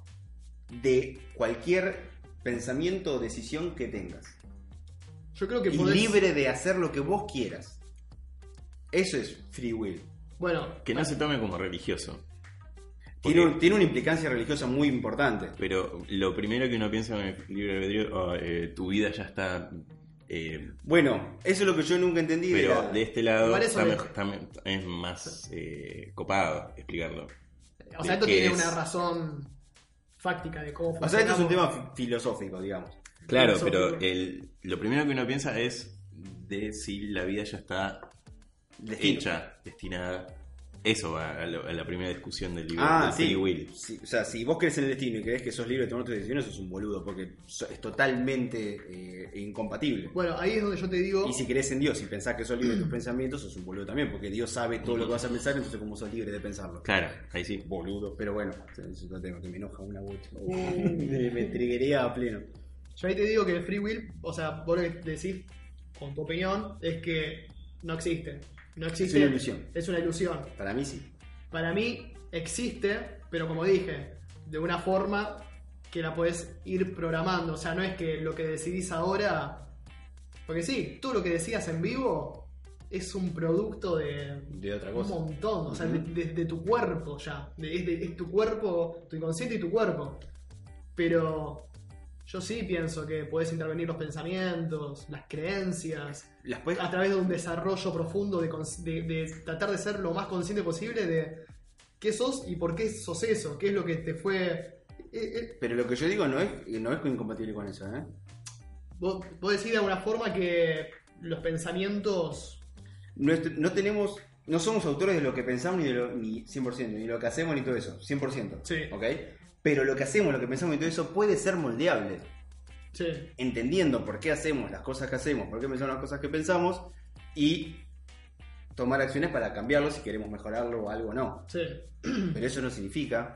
de cualquier pensamiento o decisión que tengas.
yo creo que
Y
podés...
libre de hacer lo que vos quieras. Eso es free will.
Bueno,
Que no se tome como religioso. Porque-
Tiene, un- tiene una implicancia religiosa muy importante.
Pero lo primero que uno piensa con el libre albedrío, ah, eh, tu vida ya está. eh,
Bueno, eso es lo que yo nunca entendí. de
pero
la-
de este lado
Igual eso
está
me-
mejor- está me- es más eh, copado explicarlo.
o sea, esto
¿Qué
tiene
es?
una razón fáctica de cómo
o sea, esto es un tema
funcionamos.
fi- filosófico, digamos.
Claro,
Filosófico.
pero el, lo primero que uno piensa es de si la vida ya está
Destino.
hecha, destinada Eso va a, lo- a la primera discusión del libro.
Ah,
del
sí.
free will.
Sí, O sea, si vos crees en el destino y crees que sos libre de tomar tus decisiones, sos un boludo, porque so- es totalmente eh, incompatible.
Bueno, ahí es donde yo te digo.
Y si crees en Dios y pensás que sos libre de tus pensamientos, sos un boludo también, porque Dios sabe todo lo que vas a pensar, entonces como sos libre de pensarlo.
Claro, ahí sí.
Boludo, pero bueno, eso lo tengo, que me enoja una bocha. me, me triggería a pleno.
Yo ahí te digo que el free will, o sea, vos lo que decís con tu opinión es que no existe. No existe.
una ilusión.
Es una ilusión.
Para mí sí.
Para mí existe, pero como dije, de una forma que la podés ir programando. O sea, no es que lo que decidís ahora. Porque sí, todo lo que decías en vivo es un producto de,
De otra
un
cosa.
montón. O sea, de,
Ujú.
de- de tu cuerpo ya. De- es, de- es tu cuerpo, tu inconsciente y tu cuerpo. Pero yo sí pienso que podés intervenir los pensamientos, las creencias
Las puedes...
a través de un desarrollo profundo de, cons- de- de tratar de ser lo más consciente posible de qué sos y por qué sos eso, qué es lo que te fue... eh, eh,
Pero lo que yo digo no es, no es incompatible con eso, ¿eh?
vos, vos decís de alguna forma que los pensamientos...
Nuestro- no tenemos, no somos autores de lo que pensamos ni de lo, ni 100%, ni lo que hacemos ni todo eso, 100%.
Sí.
¿Ok? Pero lo que hacemos, lo que pensamos y todo eso puede ser moldeable.
Sí,
Entendiendo por qué hacemos las cosas que hacemos, por qué pensamos las cosas que pensamos y tomar acciones para cambiarlo si queremos mejorarlo o algo o no.
sí. Mm.
Pero eso no significa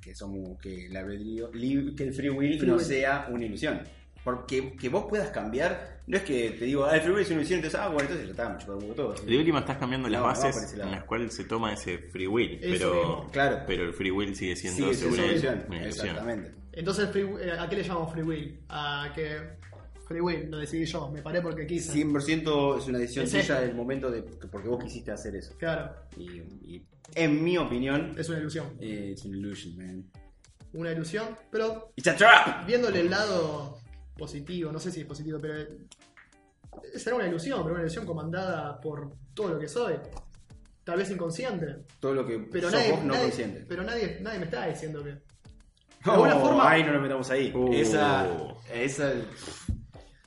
que somos que el albedrío- li- que el free will
Free
no
will.
sea una ilusión. Porque que vos puedas cambiar, no es que te digo, ah, el free will es una ilusión, entonces, ah, bueno, entonces ya está, me chupa el huevo todo.
De última estás cambiando las
No, no va por
bases
ese lado.
en las cuales se toma ese free will,
Eso
pero,
mismo,
claro.
pero el free will sigue
Sí,
siendo
es
seguro
una
una
ilusión.
ilusión.
Exactamente.
Entonces, free- eh, ¿a qué le llamamos free will? A que... Free will, lo decidí yo, me paré porque quise.
100% es una decisión
Es
tuya
eso.
del momento de porque vos quisiste hacer eso.
Claro,
Y, y en mi opinión,
es una ilusión.
eh, it's an illusion, man.
Una ilusión, pero
It's a trap.
viéndole el lado positivo, no sé si es positivo, pero eh, será una ilusión, pero una ilusión comandada por todo lo que soy. Tal vez inconsciente,
Todo lo que
pero
sos
nadie,
vos no
nadie-
consciente.
pero nadie, nadie me está diciendo que.
No,
De alguna forma-
Ay, no nos metamos Oh, ahí.
Oh.
Esa, esa.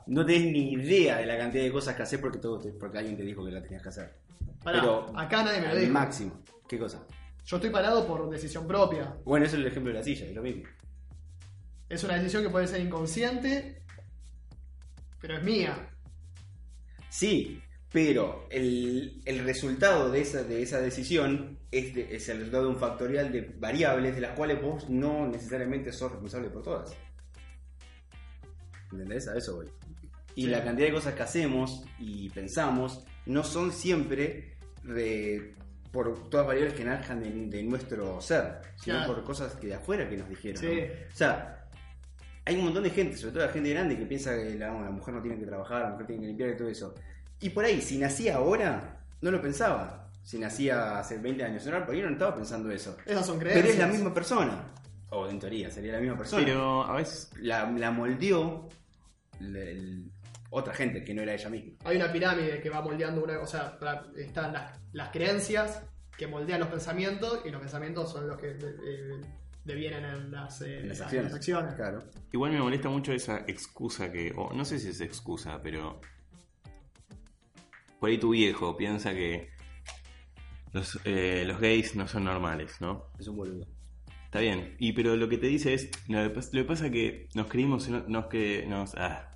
No tenés ni idea de la cantidad de cosas que haces porque todo te- porque alguien te dijo que la tenías que hacer.
Pará,
Pero
acá nadie me lo
al
dijo.
máximo. ¿Qué cosa?
Yo estoy parado por decisión propia.
Bueno, eso es el ejemplo de la silla, es lo mismo.
Es una decisión que puede ser inconsciente, pero es mía.
Sí, pero el, el resultado de esa, de esa decisión es, de- es el resultado de un factorial de variables de las cuales vos no necesariamente sos responsable por todas. ¿Entendés? A eso voy. Y
Sí.
la cantidad de cosas que hacemos y pensamos no son siempre re- por todas variables que najan de, de nuestro ser, sino
Claro.
por cosas que de afuera que nos dijeron.
Sí.
¿no? O sea, hay un montón de gente, sobre todo la gente grande, que piensa que la, la mujer no tiene que trabajar, la mujer tiene que limpiar y todo eso. Y por ahí, si nacía ahora, no lo pensaba. Si nacía hace 20 años, no, por ahí no estaba pensando eso.
Esas son creencias.
Pero es la misma persona. O en teoría, sería la misma persona.
Pero a veces
La, la moldeó la- el- otra gente que no era ella misma.
Hay una pirámide que va moldeando una. O sea, para- están las, las creencias que moldean los pensamientos y los pensamientos son los que de- eh, devienen en las, eh,
En las
en
acciones.
las acciones.
Claro.
Igual me molesta mucho esa excusa que. o no sé si es excusa, pero. Por ahí tu viejo piensa que. Los, eh, los gays no son normales, ¿no?
Es un boludo.
Está bien. Y pero lo que te dice es. no, Lo que pas- lo que pasa es que nos creímos en, o- nos que nos, ah,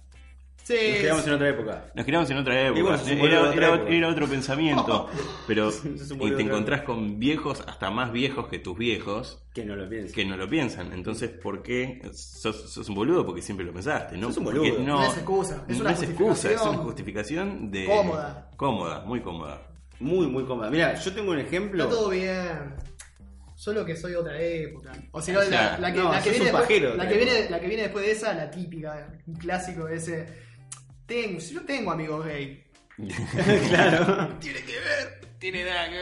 Sí,
Nos quedamos
es-
en otra época.
nos creíamos en otra época.
Y bueno, sos un boludo de
era,
otra
era-
época.
era otro pensamiento. pero
Sos un
y
boludo
te
de otra
encontrás con viejos, hasta más viejos que tus viejos,
Que no lo piensa.
que no lo piensan. Entonces, ¿por qué? Sos, sos un boludo porque siempre lo pensaste, ¿no?
Sos un
Porque
boludo.
No,
No es excusa, es
no
una
es excusa, es una
justificación.
justificación de...
Cómoda.
Cómoda, muy cómoda.
Muy, muy cómoda. Mira, yo tengo un ejemplo.
está todo bien. Solo que soy otra época. O si no,
O
la,
sea,
la que,
no,
la que
sos
viene
un
después,
pajero,
la
otra
que viene,
época.
la que viene después de esa, la típica, un clásico de ese. Tengo, yo tengo amigos gay.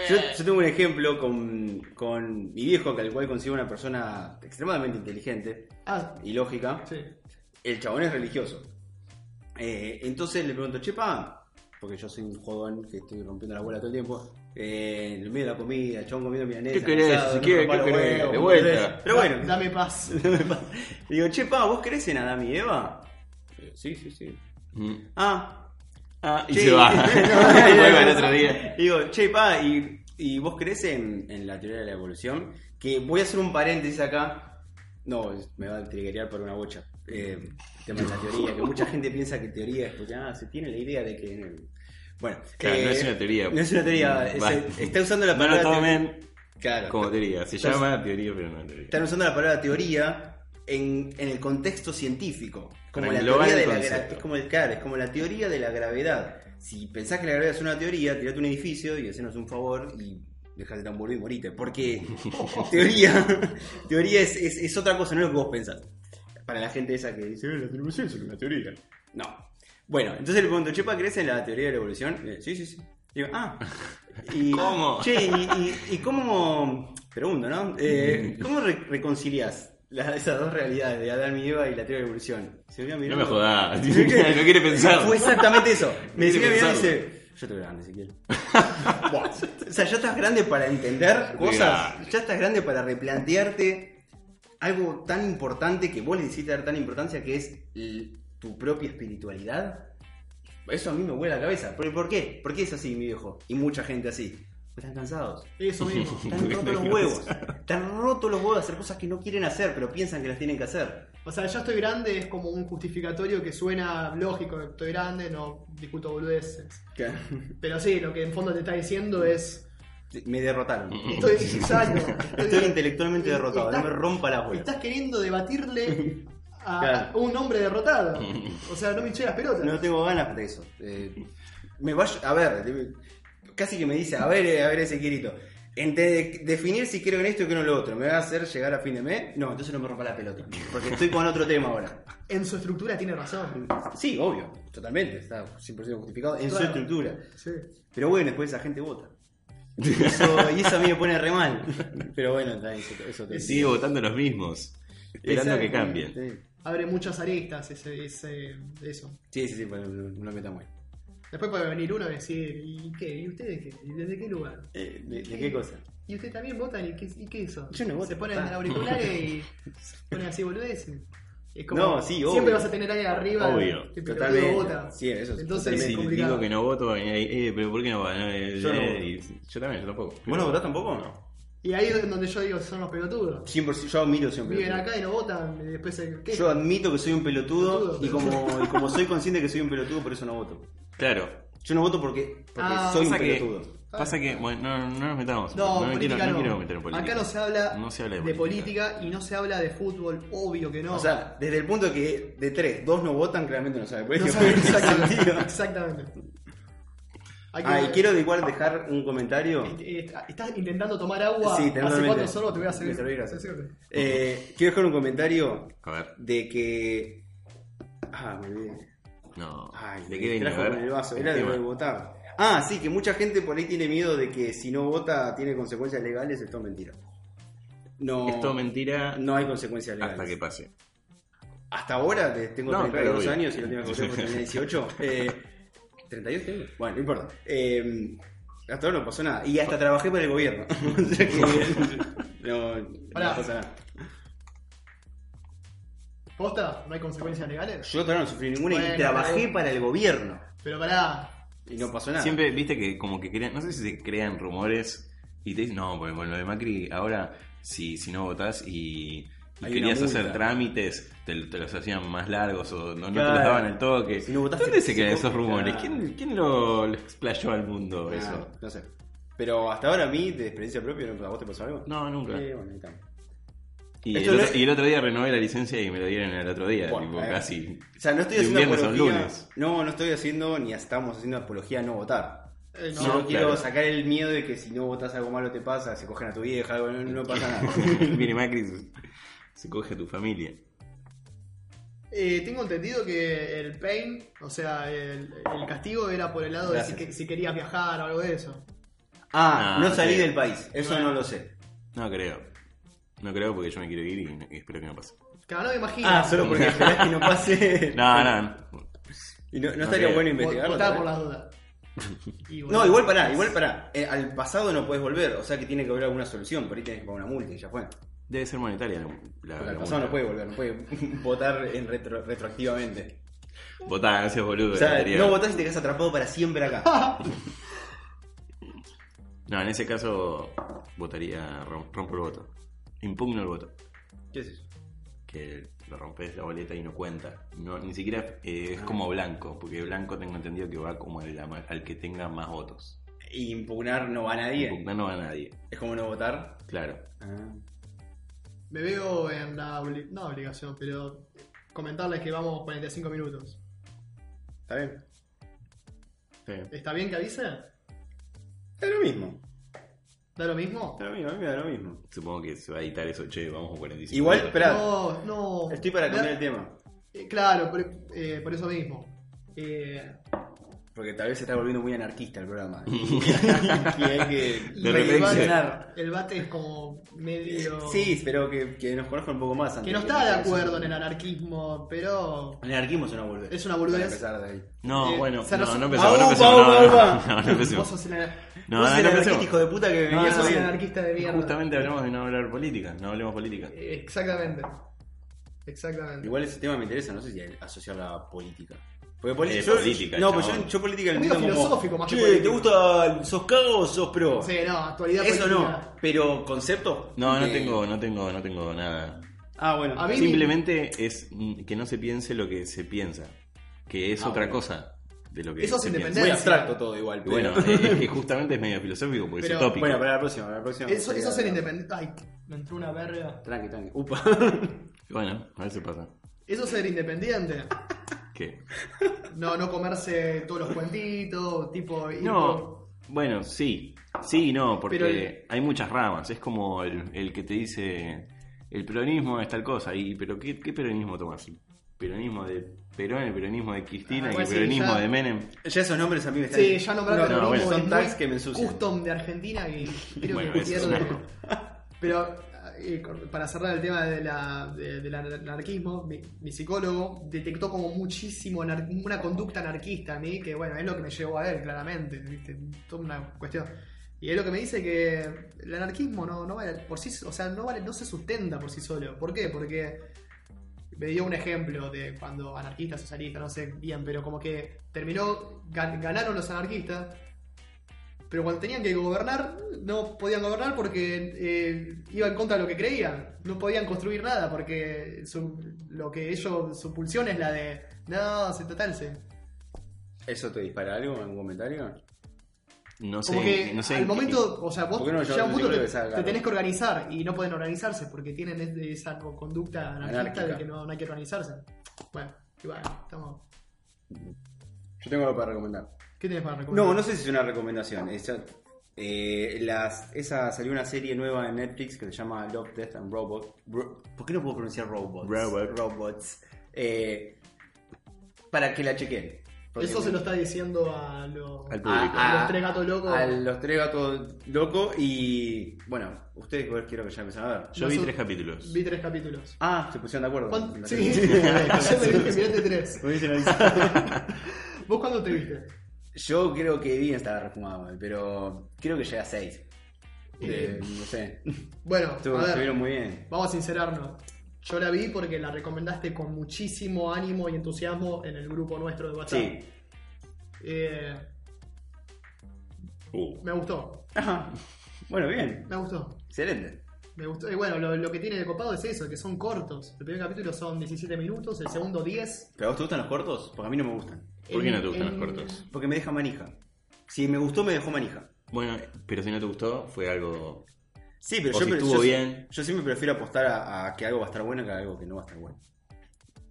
Yo, yo tengo un ejemplo con, con mi viejo, que al cual consigo una persona extremadamente inteligente
Ah,
y lógica.
sí.
El chabón es religioso. Eh, entonces le pregunto, chepa, porque yo soy un jodón que estoy rompiendo la bola todo el tiempo. eh, en el medio de la comida, el chabón comiendo milanesa.
¿Qué querés?
asado,
Si
no
quieres,
rompa
¿qué
los
querés?
huevos,
De vuelta.
¿entendés? Pero bueno,
Dame paz.
le digo, chepa, ¿vos crees en Adán y Eva? Eh, Sí, sí, sí.
Mm.
Ah,
Ah, y
Che.
se va. Vuelve al otro día.
Digo, che, pa, y ¿Y vos crees en, en la teoría de la evolución? Que voy a hacer un paréntesis acá. No, me va a triguear por una bocha. Eh, el tema de la teoría, que mucha gente piensa que teoría es porque ah, se tiene la idea de que. Bueno, eh,
Claro, no es una teoría.
No es una teoría.
Va.
se- está usando la
No lo
palabra. teoría-
tomen
Claro.
como teoría. Se
Entonces-
llama teoría, pero no es teoría.
Están usando la palabra teoría en, en el contexto científico. Como
Para
la
englobar
teoría
el
de la gra-
concepto.
es como el claro, es como la teoría de la gravedad. Si pensás que la gravedad es una teoría, tirate un edificio y hacenos un favor y dejate tan burdo y morite. Porque teoría, teoría es, es- es otra cosa, no es lo que vos pensás. Para la gente esa que dice, "Eh, la evolución es una teoría. No. Bueno, entonces le pregunto, Chepa, ¿crees en la teoría de la evolución? Eh, sí, sí, sí. Digo, ah. Y,
¿Cómo?
Che, y, y- y cómo. Pregunto, ¿no? Eh, ¿Cómo re- reconcilias esas dos realidades de Adán y Eva y la teoría de la evolución? Se me queda
No
mirando.
me jodas. no quiere pensar.
Fue exactamente eso. Me
No
decía
quiere
mirando y
pensarlo.
dice. Yo te veo grande, Ezequiel. Buah. o sea, ya estás grande para entender cosas.
Grande.
Ya estás grande para replantearte algo tan importante que vos le hiciste dar tan importancia que es l- tu propia espiritualidad. Eso a mí me huele la cabeza. ¿Por, por qué? ¿Por qué es así, mi viejo? Y mucha gente así. Porque Están cansados.
Eso mismo.
Están rotos los huevos. Están rotos los huevos de hacer cosas que no quieren hacer, pero piensan que las tienen que hacer.
O sea, ya estoy grande es como un justificatorio que suena lógico. Estoy grande, no discuto boludeces. Pero sí, lo que en fondo te está diciendo es.
Me derrotaron.
Estoy exacto.
Estoy intelectualmente derrotado. No me rompa la bola.
Estás queriendo debatirle a
Claro.
un hombre derrotado. O sea, no me hinché las pelotas.
No tengo ganas de eso. Eh, me vaya- a ver, de- casi que me dice, a ver, eh, a ver ese quirito. Entre definir si quiero en esto y quiero en lo otro, ¿me va a hacer llegar a fin de mes? No, entonces no me rompa la pelota. Porque estoy con otro tema ahora.
En su estructura tiene razón.
Sí, obvio, totalmente. Está 100% justificado en su
Claro.
estructura.
Sí.
Pero bueno, después esa gente vota. Y eso, y eso a mí me pone re mal. Pero bueno, está, eso, eso te-
Sigue votando los mismos. Esperando que
Exacto,
cambien.
sí.
Abre muchas aristas ese, ese, eso.
Sí, sí, sí, pero no no lo metamos ahí.
Después puede venir uno y decir, ¿y qué? ¿Y ustedes qué? ¿Y desde qué lugar?
Eh, ¿de- ¿De qué cosa?
¿Y usted también votan? ¿Y qué, y qué hizo?
Yo no voto,
Se ponen
pa.
auriculares y se ponen así boludeces. Es como,
No, sí, obvio.
Siempre vas a tener ahí arriba.
Obvio.
que
Totalmente.
pelotudo vota.
Sí, eso
Entonces
es
Y
totalmente.
es
Si
complicado.
digo que no voto, eh, eh, eh, pero ¿por qué no va? No, eh,
Yo no
eh,
voto.
y- yo también, yo tampoco.
¿Vos no votás tampoco? No.
Y ahí es donde yo digo, son los pelotudos.
100%, yo admiro siempre.
Viven acá y no votan, y después eh, se quejan.
Yo admito que soy un pelotudo
Pelotudo.
y como, y como soy consciente que soy un pelotudo, por eso no voto.
Claro,
Yo no voto porque, porque
Ah,
soy un
pasa que,
pelotudo.
pasa que, bueno, no, no nos metamos.
No,
me
política
quiero,
no.
quiero meter en política.
Acá no se habla,
No se habla
de,
de
política.
política.
y no se habla de fútbol, obvio que no.
O sea, desde el punto que de tres, dos no votan, claramente no sabe. Por
no
eso
sabe-
no tiene
exactamente.
sentido.
exactamente. Hay que-
Ah, y quiero igual dejar un comentario.
Eh, Estás intentando tomar agua.
Sí,
Hace
totalmente.
cuatro sorbos te voy a
Me
servir.
serví, gracias.
Sí, sí, sí.
Eh, quiero dejar un comentario
A ver,
de que. Ah, me olvidé.
no.
Ay,
¿De
me
qué venía?
distrajo
A ver,
con el vaso, era
el
de
tema.
lo de votar. Ah, sí, que mucha gente por ahí tiene miedo de que si no vota tiene consecuencias legales, esto es mentira. No,
Es todo mentira
no hay consecuencias legales.
hasta que pase.
Hasta ahora te- tengo
No,
32
claro, obvio.
años y la última que voté fue cuando tenía 18. Eh, ¿32 tengo? Bueno, no importa. Eh, hasta ahora no pasó nada. Y hasta trabajé para el gobierno. O sea que, no, no
Pará.
pasa nada.
¿Posta? ¿No hay consecuencias legales?
Yo todavía no sufrí ninguna
Bueno,
y trabajé
pero-
para el gobierno.
Pero pará.
Y no pasó nada.
Siempre, viste que como que crean, no sé si se crean rumores y te dicen, no, pues con lo de Macri, ahora si, si no votás y, y
Hay
querías
una multa.
hacer trámites, te, te los hacían más largos o no, no te
Claro.
los daban al toque.
Si no votaste,
¿Dónde se crean
sí,
esos rumores?
claro.
¿Quién, quién lo, lo explayó al mundo
Ah,
eso?
No sé. Pero hasta ahora a mí, de experiencia propia, ¿no? ¿a vos te pasó algo?
No, nunca.
Eh, bueno, ahí estamos.
Y el,
Esto
otro,
no es-
y el otro día renové la licencia y me lo dieron el otro día,
Bueno,
tipo,
eh.
casi.
O sea, no estoy
De un
haciendo
viernes a un
apología.
lunes.
No, no estoy haciendo ni estamos haciendo apología a no votar.
Eh, no.
Solo
claro.
quiero sacar el miedo de que si no votas algo malo te pasa, se cogen a tu vieja, algo, no, no pasa nada.
Viene Macri, se, se coge a tu familia.
Eh, tengo entendido que el pain, o sea, el, el castigo era por el lado
Gracias.
de si que- si, querías viajar o algo de eso.
Ah,
Ah,
no salí
sí.
del país, eso
Bueno.
no lo sé.
No creo. No creo porque yo me quiero ir y, y espero que no pase.
Claro, no me imagino.
Ah, solo porque esperás que no pase.
No, no.
Y no, no
No
estaría
creo.
bueno
Vo-
investigarlo.
votaba
tal
por
vez.
las dudas. Y bueno.
No, igual pará, igual pará. Eh, al pasado no puedes volver, o sea que tiene que haber alguna solución, por ahí tenés que pagar una multa y ya fue.
Debe ser monetaria la, la-
Porque
la
al pasado
multa.
no puede volver, no puede votar en retro- retroactivamente.
Votá, no seas boludo.
O sea,
debería-
no votás y te quedas atrapado para siempre acá.
No, en ese caso votaría, rom- rompo el voto. Impugno el voto.
¿Qué es eso?
Que lo rompes la boleta y no cuenta. No, ni siquiera eh, es como blanco, porque blanco tengo entendido que va como el- al que tenga más votos.
Y impugnar no va a nadie.
Impugnar no va a nadie,
Es como no votar.
claro.
Ah.
Me veo en la obli- no obligación, pero comentarles que vamos 45 minutos.
Está bien.
Sí.
¿Está bien que avise? ¿Da
Está lo mismo.
lo mismo?
Está lo mismo, a mí me da lo mismo.
Supongo que se va a editar eso, che, vamos a 45.
Igual,
minutos.
espera.
No, no.
Estoy para
Me-
cambiar el tema.
Eh, Claro, por, eh, por eso mismo. Eh,
Porque tal vez se está volviendo muy anarquista el programa. y hay que
De
reflexionar.
el bate es como medio...
Sí, pero que, que nos conozcan un poco más. antes
Que no
de
está de
empezar
acuerdo
eso.
en el anarquismo, pero...
El anarquismo es una boludez.
Es una boludez.
Para empezar de ahí.
No,
Eh,
bueno,
se
no,
resu-
no empecemos,
¡Aupa,
no empecemos, no, no,
aupa,
Ah, no, no, no
Vos
empecemos.
sos el anar-
No,
Vos
no,
sos el
no
anarquista,
empecemos.
hijo de puta que
No,
venía
sos
jodiendo.
el anarquista de mierda.
Justamente hablamos de no hablar política, no hablemos política.
Eh, Exactamente. Exactamente.
Igual ese tema me interesa, no sé si asociar la política. Porque poli-
Eh,
yo,
política,
No, pues
chabón.
yo, yo política le
Medio
entiendo como.
filosófico más que
"Che, ¿te
político".
gusta. ¿Sos cago o sos pro?
Sí, no, actualidad
Eso
política.
no, pero concepto.
No, no
de-
tengo, no tengo, no tengo nada.
Ah, bueno.
A mí-
Simplemente es mm, que no se piense lo que se piensa, que es
Ah,
otra
bueno.
cosa de lo que
Eso es
se
Muy
piensa.
independencia.
abstracto todo igual. pero-
Bueno, eh, es que justamente es medio filosófico porque
Pero,
es utópico.
bueno, para la próxima, para la próxima.
Eso, eso es el independiente. Ay, me entró una verga.
Tranqui, tranqui. Upa.
Bueno, a ver si pasa.
Eso es ser independiente.
¿Qué?
No, no comerse todos los cuentitos, tipo. ir por-
No, bueno, sí. Sí y no, porque
Pero el-
hay muchas ramas. Es como el, el que te dice el peronismo es tal cosa. y ¿Pero qué, qué peronismo tomás? ¿El peronismo de Perón, el peronismo de
Ah,
Cristina, y el
bueno, sí,
peronismo
ya.
de Menem?
Ya esos nombres a mí me están.
Sí, ya nombraron
No,
lo mismo,
Son
es
tags
muy
que me ensucian.
Custom de Argentina y creo
Bueno,
que
eso es
pierde.
un
Pero eh, con- para cerrar el tema de la- de- del anarquismo, mi, mi psicólogo detectó como muchísimo anar- una conducta anarquista a mí, que bueno, es lo que me llevó a él, claramente, ¿viste? toda una cuestión. Y es lo que me dice que el anarquismo no, no vale por sí, o sea, no vale, no se sustenta por sí solo. ¿Por qué? Porque me dio un ejemplo de cuando anarquistas, socialistas, no sé bien, pero como que terminó, gan- ganaron los anarquistas, pero cuando tenían que gobernar, no podían gobernar porque eh, iban contra lo que creían, no podían construir nada porque su- lo que ellos, su pulsión es la de, no, se totalse.
¿Eso te dispara algo? ¿Algún comentario?
No sé,
Como que
no sé.
al momento, o sea, vos
¿Por qué no yo-
llega un punto
yo creo
que
que salga,
te
¿no?
tenés que organizar y no pueden organizarse porque tienen es- esa conducta anarquista
Anárquica.
de que no, no hay que organizarse. Bueno, y bueno, estamos...
Yo tengo algo para recomendar.
¿Qué tenés para recomendar?
No, no sé si es una recomendación. es ya- eh, las, esa salió una serie nueva en Netflix que se llama Love, Death and Robots. ¿Por qué no puedo pronunciar robots?
Robot.
Robots. Eh, para que la chequen. Porque-
Eso se lo está diciendo a los,
Al
a,
público.
los tres gatos locos.
A los tres gatos locos y. Bueno, ustedes igual quiero que ya empiecen a ver.
Yo vi
Nosotros-
tres capítulos.
Vi tres capítulos.
Ah, se pusieron de acuerdo.
¿Cuán- Sí, ayer me dije, mirate tres.
Lo dicen ahí.
¿Vos cuándo te viste?
Yo creo que bien estaba refumado, mal, pero creo que llega a 6.
Eh,
no sé.
Bueno,
Estuvo-
a ver,
Estuvieron muy bien.
vamos a sincerarnos. Yo la vi porque la recomendaste con muchísimo ánimo y entusiasmo en el grupo nuestro de WhatsApp.
Sí.
Eh,
Uh,
me gustó,
Ajá. Bueno, bien.
me gustó.
Excelente.
Me gustó. Y bueno, lo, lo que tiene de copado es eso, que son cortos. El primer capítulo son 17 minutos, el segundo 10.
¿Pero a vos te gustan los cortos? Porque a mí no me gustan.
¿Por qué
En-
no te gustan
en-
los cortos?
Porque me deja manija. Si me gustó, me dejó manija.
Bueno, pero si no te gustó, fue algo.
Sí, pero
O
yo,
si
pre-
estuvo
yo-
bien.
yo siempre prefiero apostar a, a que algo va a estar bueno que a algo que no va a estar bueno.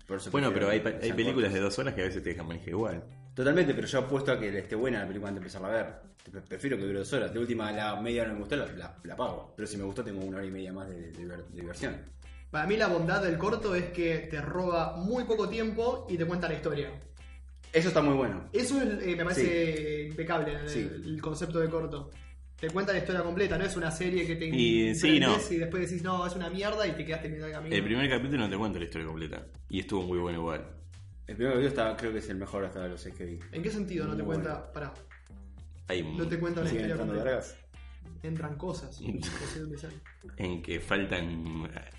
Por eso
Bueno, pero
prefiero
hay,
que
pa- hay
sean
películas de dos horas que a veces te dejan manejar igual.
cortos. Totalmente, pero yo apuesto a que esté buena la película antes de empezarla a ver. Pre- Prefiero que dure dos horas. De última, la media hora no me gustó, la, la, la pago. Pero si me gustó, tengo una hora y media más de, de diver- de diversión.
Para mí la bondad del corto es que te roba muy poco tiempo y te cuenta la historia.
Eso está muy bueno.
Eso es, eh, me parece impecable el,
Sí.
el concepto de corto. Te cuenta la historia completa, no es una serie que te
Y, sí,
prendes
no.
y después decís, no, es una mierda y te quedaste en mitad de camino.
El primer capítulo no te cuenta la historia completa. Y estuvo muy bueno igual.
El primer video está, creo que es el mejor hasta los seis que vi.
¿En qué sentido no te
Muy
cuenta? Pará,
Hay
no te cuenta la
¿Siguen
historia
entrando
completa.
largas?
Entran cosas. no sé dónde salen.
en que faltan eh,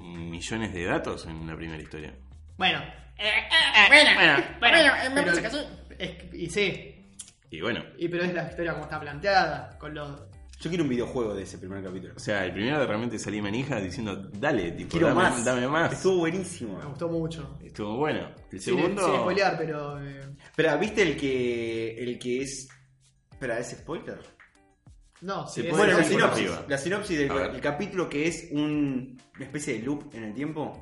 millones de datos en la primera historia.
bueno,
Bueno, bueno, bueno, me
pero-
parece que sí.
es que- y sí.
Y bueno,
Y pero es la historia como está planteada, con los.
Yo quiero un videojuego de ese primer capítulo.
o sea, el primero realmente salí manija diciendo, dale, tipo,
Quiero
dame,
más.
dame más.
Estuvo buenísimo.
Me gustó mucho.
Estuvo bueno. El
Sin-
segundo.
Sin, spoilear, pero. eh,
Espera, ¿viste el que. el que es. Espera, ¿es spoiler?
no, sí,
Se
es-
puede
Bueno, la
decir por
sinopsis.
arriba.
La sinopsis del
A ver.
el capítulo que es un- una especie de loop en el tiempo.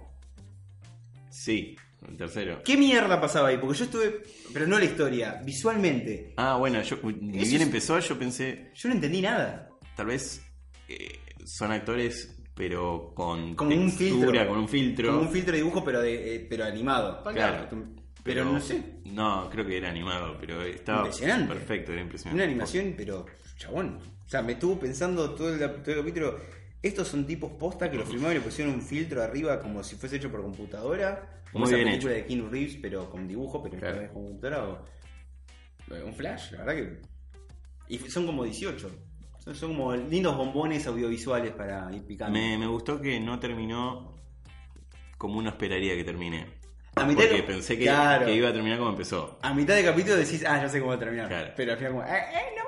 Sí, el tercero.
¿Qué mierda pasaba ahí? Porque yo estuve. Pero no la historia, visualmente.
Ah, bueno, yo, ni
Eso
bien
es-
empezó, yo pensé,
Yo no entendí nada.
tal vez eh, son actores, pero con
Como un filtro.
con un filtro.
Como un filtro de dibujo, pero, de, eh, pero animado.
Claro.
Pero, no sé.
No, creo que era animado, pero estaba
Impresionante.
perfecto, era impresionante.
Una animación, pero. chabón. O sea, me estuvo pensando todo el, todo el capítulo. Estos son tipos posta que lo filmaron y le pusieron un filtro arriba como si fuese hecho por computadora. Como
Muy
esa
bien
película de Keanu Reeves, pero con dibujo, pero
Claro.
no es con computadora. o- o Un flash, la verdad que. Y son como 18. Son, son como lindos bombones audiovisuales para ir picando.
Me, me gustó que no terminó como uno esperaría que termine.
A mitad
Porque
de-
pensé que,
Claro.
que iba a terminar como empezó.
A mitad de capítulo decís, ah, ya sé cómo va a terminar.
Claro.
Pero al final, como, eh, eh, no.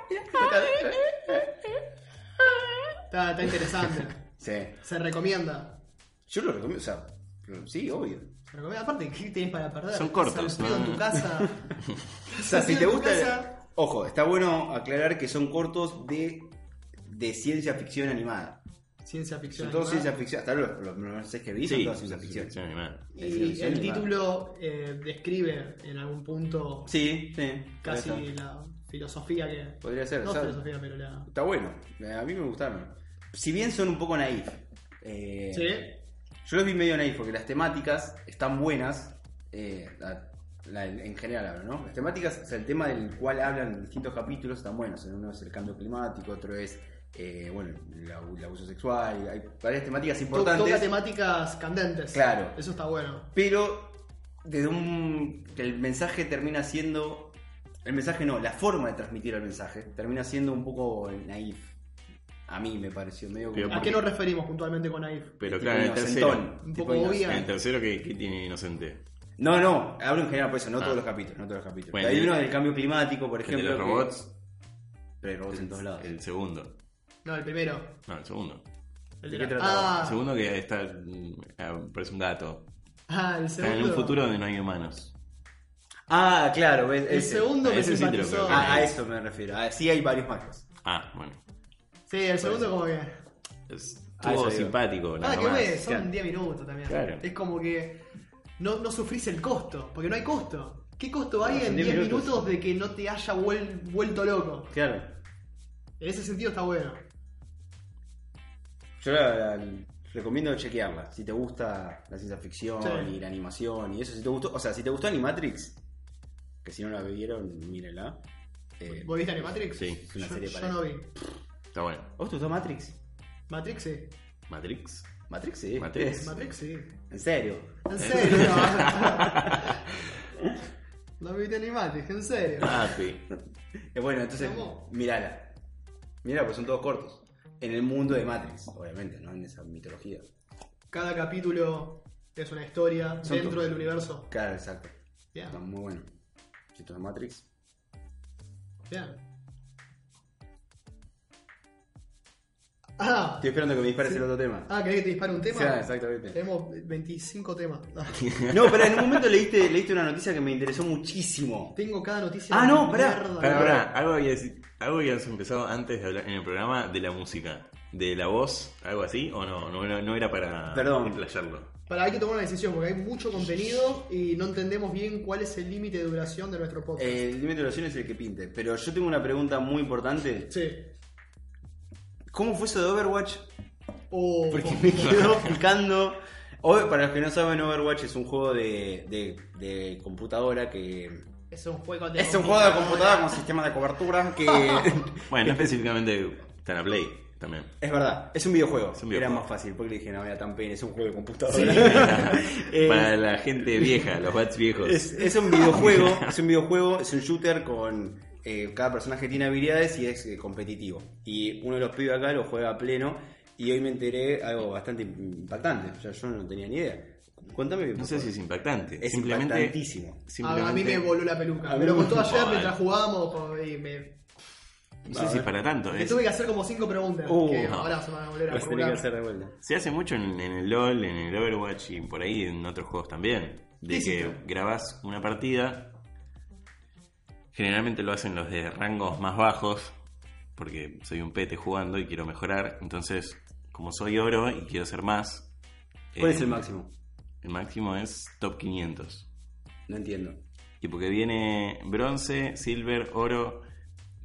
está, está interesante.
sí.
se recomienda.
Yo lo recomiendo, o sea, lo- sí, obvio.
Se recomienda. Aparte, ¿qué tenés para perder?
Son cortos,
Salteo en
¿no?
tu casa.
O sea, si
Salteo en
te
tu
gusta.
casa.
Ojo, está bueno aclarar que son cortos de, de ciencia ficción animada.
Ciencia ficción.
Son todos
animada.
ciencia ficción, hasta ahora los, los, mensajes que vi son
Sí,
todos ciencia ficción.
sí, animada.
Y el título eh, describe en algún punto
Sí, sí.
casi
podría ser.
la filosofía que.
Podría ser,
No
¿sabes?
filosofía, pero la.
Está bueno, eh, a mí me gustaron. Si bien son un poco naif. eh,
Sí,
Yo los vi medio naif porque las temáticas están buenas. eh, la- la- en general hablo, ¿no? Las temáticas, o sea, el tema del cual hablan distintos capítulos están buenos. En uno es el cambio climático, otro es, eh, bueno, el, abu- el abuso sexual. Hay varias temáticas
To- toca
importantes.
temáticas candentes.
Claro.
Eso está bueno.
pero desde un. El mensaje termina siendo. El mensaje no, la forma de transmitir el mensaje termina siendo un poco naif. A mí me pareció medio
Pero
¿A
porque-
qué nos referimos puntualmente con Naif?
Pero
tipo
claro, el tercero.
inocentón,
Un
tipo
poco
inocente.
obvia.
El tercero que, que tiene inocente.
No, no, hablo en general por eso, no
Ah.
todos los capítulos, no todos los capítulos.
Bueno,
hay
el-
uno del cambio climático, por
El de
ejemplo.
los
que-
robots.
Pero hay robots en todos lados.
El segundo.
No, el primero.
No, el segundo.
El
¿De
la-
qué trataba?
Ah,
El segundo que está. mm, ah, Parece un gato.
ah, el
Está
segundo.
en un futuro donde no hay humanos.
Ah, claro, ves,
El
ese.
segundo
Ah,
me
ese sí te lo creo.
simpatizó.
Ah, a eso me refiero. Ah, sí, hay varios más.
Ah, bueno.
Sí, el segundo como que.
Ah, eso
Estuvo
digo.
simpático. nada
Ah, que
más.
ves, son
claro.
10 minutos también.
Claro.
Es como que no, no sufrís el costo, porque no hay costo. ¿Qué costo hay
son
en
10
10
minutos.
minutos. de que no te haya vuel- vuelto loco?
Claro.
En ese sentido está bueno.
Yo la, la- recomiendo chequearla. Si te gusta la ciencia ficción
Sí.
y la animación y eso, si te gustó, o sea, si te gustó Animatrix, que si no la vieron, mírenla. Eh,
¿Vos viste Animatrix?
Sí,
es una
Yo-
serie
yo,
para
no vi.
Está bueno.
¿A ¿Vos te gustó Matrix?
Matrix sí.
Matrix.
Matrix, sí.
Matrix.
Matrix sí.
En serio.
En serio. no viste Animatrix, en serio.
Ah, sí.
Eh, bueno, entonces,
¿Cómo?
mirala. Mirala, pues son todos cortos. En el mundo de Matrix, obviamente, ¿no? En esa mitología.
Cada capítulo es una historia
Son
dentro
todos.
del universo.
Claro, exacto.
Bien,
Está muy bueno. Si esto es Matrix.
bien. Ah,
Estoy esperando que me dispares el otro tema.
ah, ¿querés que te dispare un tema?
Claro, exactamente.
Tenemos 25 temas. Ah,
No, pero en un momento leíste, leíste una noticia que me interesó muchísimo.
Tengo cada noticia.
Ah,
de
no, pará.
mierda.
Pará, pará, algo habías, algo habías empezado antes de hablar en el programa de la música, de la voz, algo así, o no, no, era- no era para
Perdón.
Ah, explayarlo.
Pará, hay que tomar una decisión porque hay mucho contenido y no entendemos bien cuál es el límite de duración de nuestro podcast.
Eh, El límite de oración es el que pinte. Pero yo tengo una pregunta muy importante.
Sí.
¿Cómo fue eso de Overwatch?
O-
Porque me quedó picando. O- Para los que no saben, Overwatch es un juego de, de- de computadora que
Es un juego de
Es un juego de computadora con sistema de cobertura que...
Bueno, específicamente para Play también.
es verdad, es un videojuego.
un videojuego.
Era más fácil, porque dije, no, era tan pena, es un juego de computadora. Eh,
para la gente vieja, los bats viejos.
es, es un videojuego, es un videojuego, es un shooter con... eh, cada personaje tiene habilidades y es eh, competitivo. Y uno de los pibes acá lo juega a pleno y hoy me enteré algo bastante impactante. O sea, yo no tenía ni idea. Cuéntame bien.
No
por
sé si
favor.
es impactante.
Es
simplemente,
impactantísimo.
A, a mí
simplemente-
me voló la peluca.
A mí
Me lo
me
contó
gustó,
ayer
eh.
mientras jugábamos con- y me,
No
A
sé si
ver.
es para tanto.
me
es-
tuve que hacer como cinco preguntas.
Uh,
que
no.
ahora se me van a volver a
Vas a tener que
formular.
hacer de vuelta.
Se hace mucho en, en el LOL, en el Overwatch y por ahí en otros juegos también. De
Sí, sí,
que
claro.
grabás una partida. Generalmente lo hacen los de rangos más bajos. Porque soy un pete jugando y quiero mejorar. Entonces, como soy oro y quiero ser más.
¿Cuál
eh,
es el máximo?
El máximo es top 500.
No entiendo.
Y porque viene bronce, silver, oro,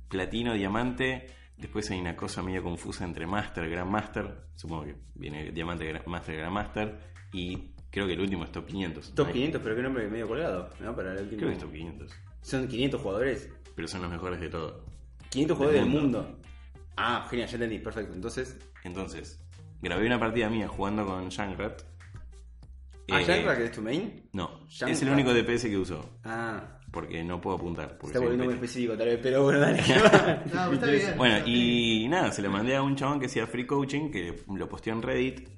platino, diamante. Después hay una cosa medio confusa entre master, grand master. Supongo que viene diamante, Gran- master, grand master. Y creo que el último es top 500.
Top
¿no?
500, pero qué nombre medio colgado, ¿no? Para el último.
Creo que es top 500.
Son 500 jugadores.
Pero son los mejores de todo.
500 jugadores del
Del
mundo.
mundo.
Ah, genial, ya entendí, perfecto. Entonces,
Entonces, grabé una partida mía jugando con Junkrat.
ah,
Eh,
ya para que es tu main.
No,
Junkrat.
es el único DPS que uso.
Ah,
Porque no puedo apuntar. Porque
está
soy un
volviendo muy
pete.
específico tal vez, pero bueno, dale.
No, está bien.
Bueno,
está bien.
y nada, se lo mandé a un chabón que hacía free coaching, que lo posteó en Reddit,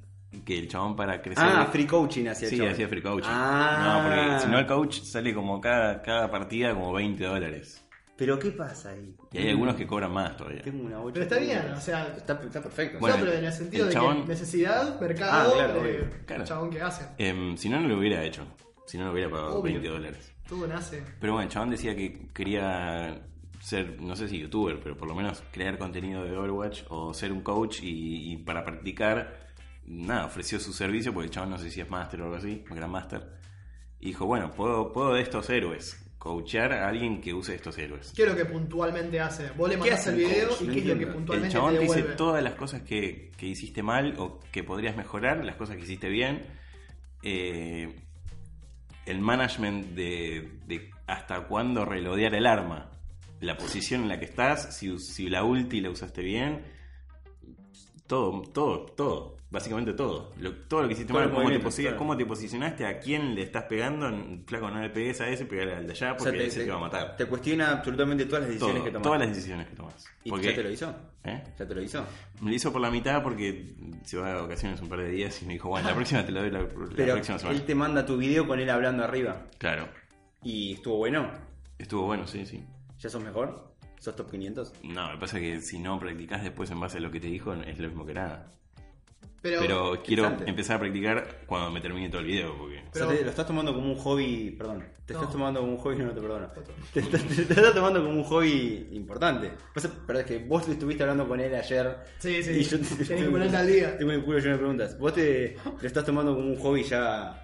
que el chabón para crecer...
ah, free coaching hacía el
Sí,
chabón.
hacía free coaching.
Ah.
No, porque si no el coach sale como cada, cada partida como 20 dólares.
Pero ¿qué pasa ahí?
Y hay algunos que cobran más todavía.
Tengo una bocha
Pero está
de
bien,
dudas.
o sea-
Está, está perfecto.
bueno,
no, pero en el
el
sentido de
chabón-
que necesidad, mercado,
Ah, claro,
eh,
obvio,
claro.
chabón que hace.
Em, si no, no lo hubiera hecho. Si no, lo hubiera pagado
Obvio.
20 dólares.
Todo nace.
Pero bueno, el chabón decía que quería ser, no sé si youtuber, pero por lo menos crear contenido de Overwatch o ser un coach y, y para practicar, nada, ofreció su servicio porque el chabón no sé si es máster o algo así, gran máster. Y dijo, bueno, puedo, puedo de estos héroes, coachear a alguien que use estos héroes.
¿Qué es lo que puntualmente hace? Vos le
¿Qué
mandás
hace
el
el
video
coach?
y
No
qué es lo que
entiendo.
El
puntualmente
chabón te dice
devuelve.
todas las cosas que, que hiciste mal o que podrías mejorar, las cosas que hiciste bien. eh, el management de, de hasta cuándo relodear el arma. La posición en la que estás, si, us- si la ulti la usaste bien. Todo, todo, todo. Básicamente todo. Lo- todo lo que hiciste
Todo
mal,
el
cómo te,
movimiento,
posi-
claro.
cómo te posicionaste, a quién le estás pegando. en- Flaco, no le pegues a ese, pegale al de allá
O sea,
porque ese te va a matar.
Te cuestiona absolutamente todas las
Todo,
decisiones que tomas.
todas las decisiones que tomas.
¿Y
Porque-
ya te lo hizo?
¿Eh?
¿Ya te lo hizo?
Me lo hizo por la mitad porque se va de vacaciones un par de días y me dijo, bueno, la próxima te la doy la, la
Pero
próxima semana.
él te manda tu video con él hablando arriba.
Claro.
¿Y estuvo bueno?
Estuvo bueno, sí, sí.
¿Ya sos mejor? ¿Sos top 500?
No, lo que pasa es que si no practicas después en base a lo que te dijo, es lo mismo que nada.
Pero,
Pero, quiero
interesante.
empezar a practicar cuando me termine todo el video, porque...
Pero-
o sea, te- lo estás tomando como un hobby, perdón. Te
No.
estás tomando como un hobby, no, no te perdono. Te, estás- te estás tomando como un hobby importante. Pasa- Pero es que vos estuviste hablando con él ayer.
Sí, sí.
Y yo
Tenés que ponerte al día.
Tengo el culo lleno de preguntas. Vos te lo estás tomando como un hobby ya.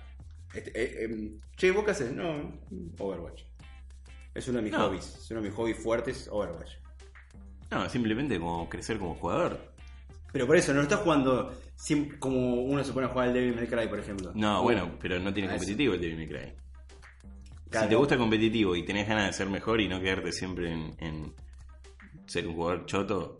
este, eh, em, che, ¿vos qué haces? No, Overwatch. Es uno de mis
No.
hobbies. Es uno de mis hobbies fuertes, Overwatch.
No, simplemente como crecer como jugador.
Pero por eso, no lo estás jugando sim- como uno se pone a jugar al Devil May Cry, por ejemplo.
No, bueno, pero no tiene
Ah, eso.
competitivo el Devil May Cry.
Claro.
Si te gusta competitivo y tenés ganas de ser mejor y no quedarte siempre en, en ser un jugador choto,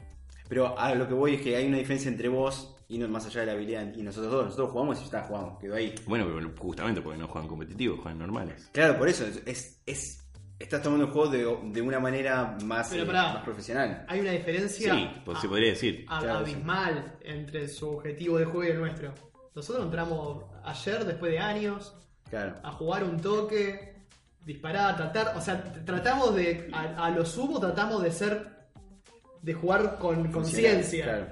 Pero a lo que voy es que hay una diferencia entre vos y no, más allá de la habilidad. Y nosotros dos, nosotros jugamos y ya está, jugamos, quedó ahí.
bueno, pero justamente porque no juegan competitivo, juegan normales.
Claro, por eso, es, es, es- estás tomando el juego de, de una manera más,
Pero
eh,
pará.
más profesional.
hay una
Sí,
diferencia
pues
a-
se podría decir.
a-
Claro, sí.
abismal entre su objetivo de juego y el nuestro. Nosotros entramos ayer, después de años,
Claro.
a jugar un toque, disparar, tratar, o sea, t- tratamos de, a, a lo sumo tratamos de ser, de jugar con conciencia.
Claro.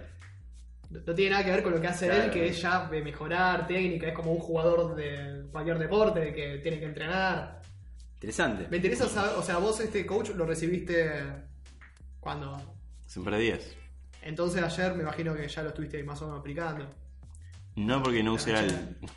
No no tiene nada que ver con lo que hace
Claro.
él, que es ya de mejorar técnica, es como un jugador de cualquier deporte que tiene que entrenar. Me
Interesante.
interesa saber, o sea, vos este coach lo recibiste cuando...
Siempre 10.
Entonces ayer me imagino que ya lo estuviste más o menos aplicando.
No porque no use al.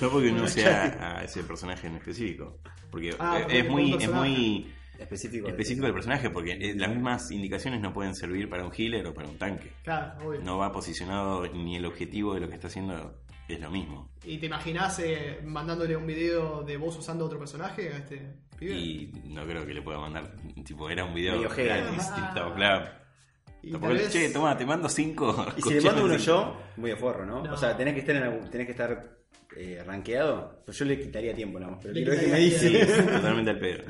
No porque no use a, a ese personaje en específico. Porque
Ah,
eh,
porque
es muy,
un
es
personaje.
muy
Específico.
específico el personaje, porque eh, las mismas indicaciones no pueden servir para un healer o para un tanque.
Claro, obvio.
No va posicionado ni el objetivo de lo que está haciendo es lo mismo.
¿Y te imaginás eh, mandándole un video de vos usando otro personaje a este pibe?
Y no creo que le pueda mandar. Tipo, era un video
Medio heavy.
gratis,
Ah.
TikTok Club.
Y
Tampoco
tal
le-
vez-
Che, toma, te mando cinco.
Y si le mando uno yo, voy a forro, ¿no?
No.
O sea, tenés que estar en algún- tenés que estar eh, rankeado. Pues yo le quitaría tiempo nada más, pero
Le
quiero que me
quitaría
dice.
Sí, totalmente al pedo.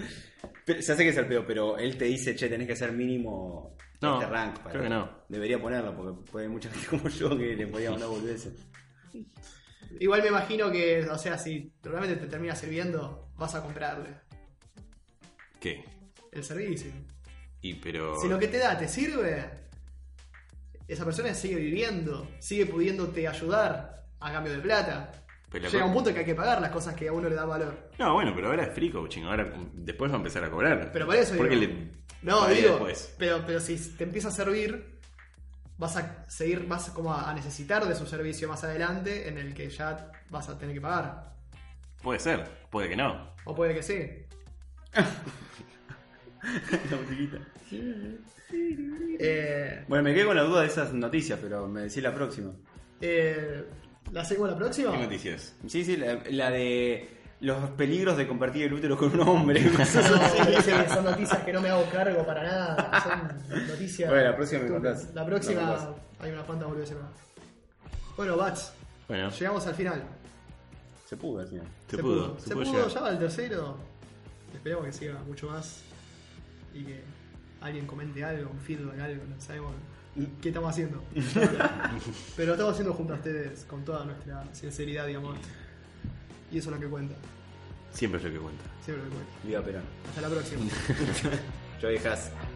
Pero- se hace que es el pedo, pero él te dice, che, tenés que hacer mínimo
No,
este rank.
creo que no.
Debería ponerlo, porque puede haber mucha gente como yo que le podía mandar boludeces.
Igual me imagino que, o sea, si realmente te termina sirviendo, vas a comprarle
¿Qué?
el servicio.
Y pero.
Si lo que te da te sirve, esa persona sigue viviendo, sigue pudiéndote ayudar a cambio de plata.
Pero la
Llega
co-
un punto que hay que pagar las cosas que a uno le da valor.
No, bueno, pero ahora es free coaching. Ahora después va a empezar a cobrar.
Pero por eso
Porque
digo.
le.
No,
pagué
digo,
después.
pero, pero si te empieza a servir, vas a seguir, vas como a a necesitar de su servicio más adelante en el que ya vas a tener que pagar.
Puede ser, puede que no.
O puede que sí. Eh,
Bueno, me quedé con la duda de esas noticias, pero me decís la próxima.
eh, ¿La seguimos la próxima?
¿Qué noticias?
Sí, sí, la, la de los peligros de compartir el útero con un hombre. cosas
No,
así.
sí, son noticias que no me hago cargo para nada. Son noticias.
Bueno, la próxima me contás.
La próxima
Me contás.
hay unas cuantas boludeces más. Bueno, Bats,
Bueno,
llegamos al final.
Se pudo al final.
se, pudo,
Se pudo,
llegar.
ya va el tercero. Esperemos que siga mucho más. Y que alguien comente algo, un feedback, algo, no sabemos qué estamos haciendo. Pero lo estamos haciendo junto a ustedes, con toda nuestra sinceridad y amor. Y eso es lo que cuenta.
Siempre es lo que cuenta.
Siempre lo que cuenta.
Viva Perón.
Hasta la próxima.
Yo dejas.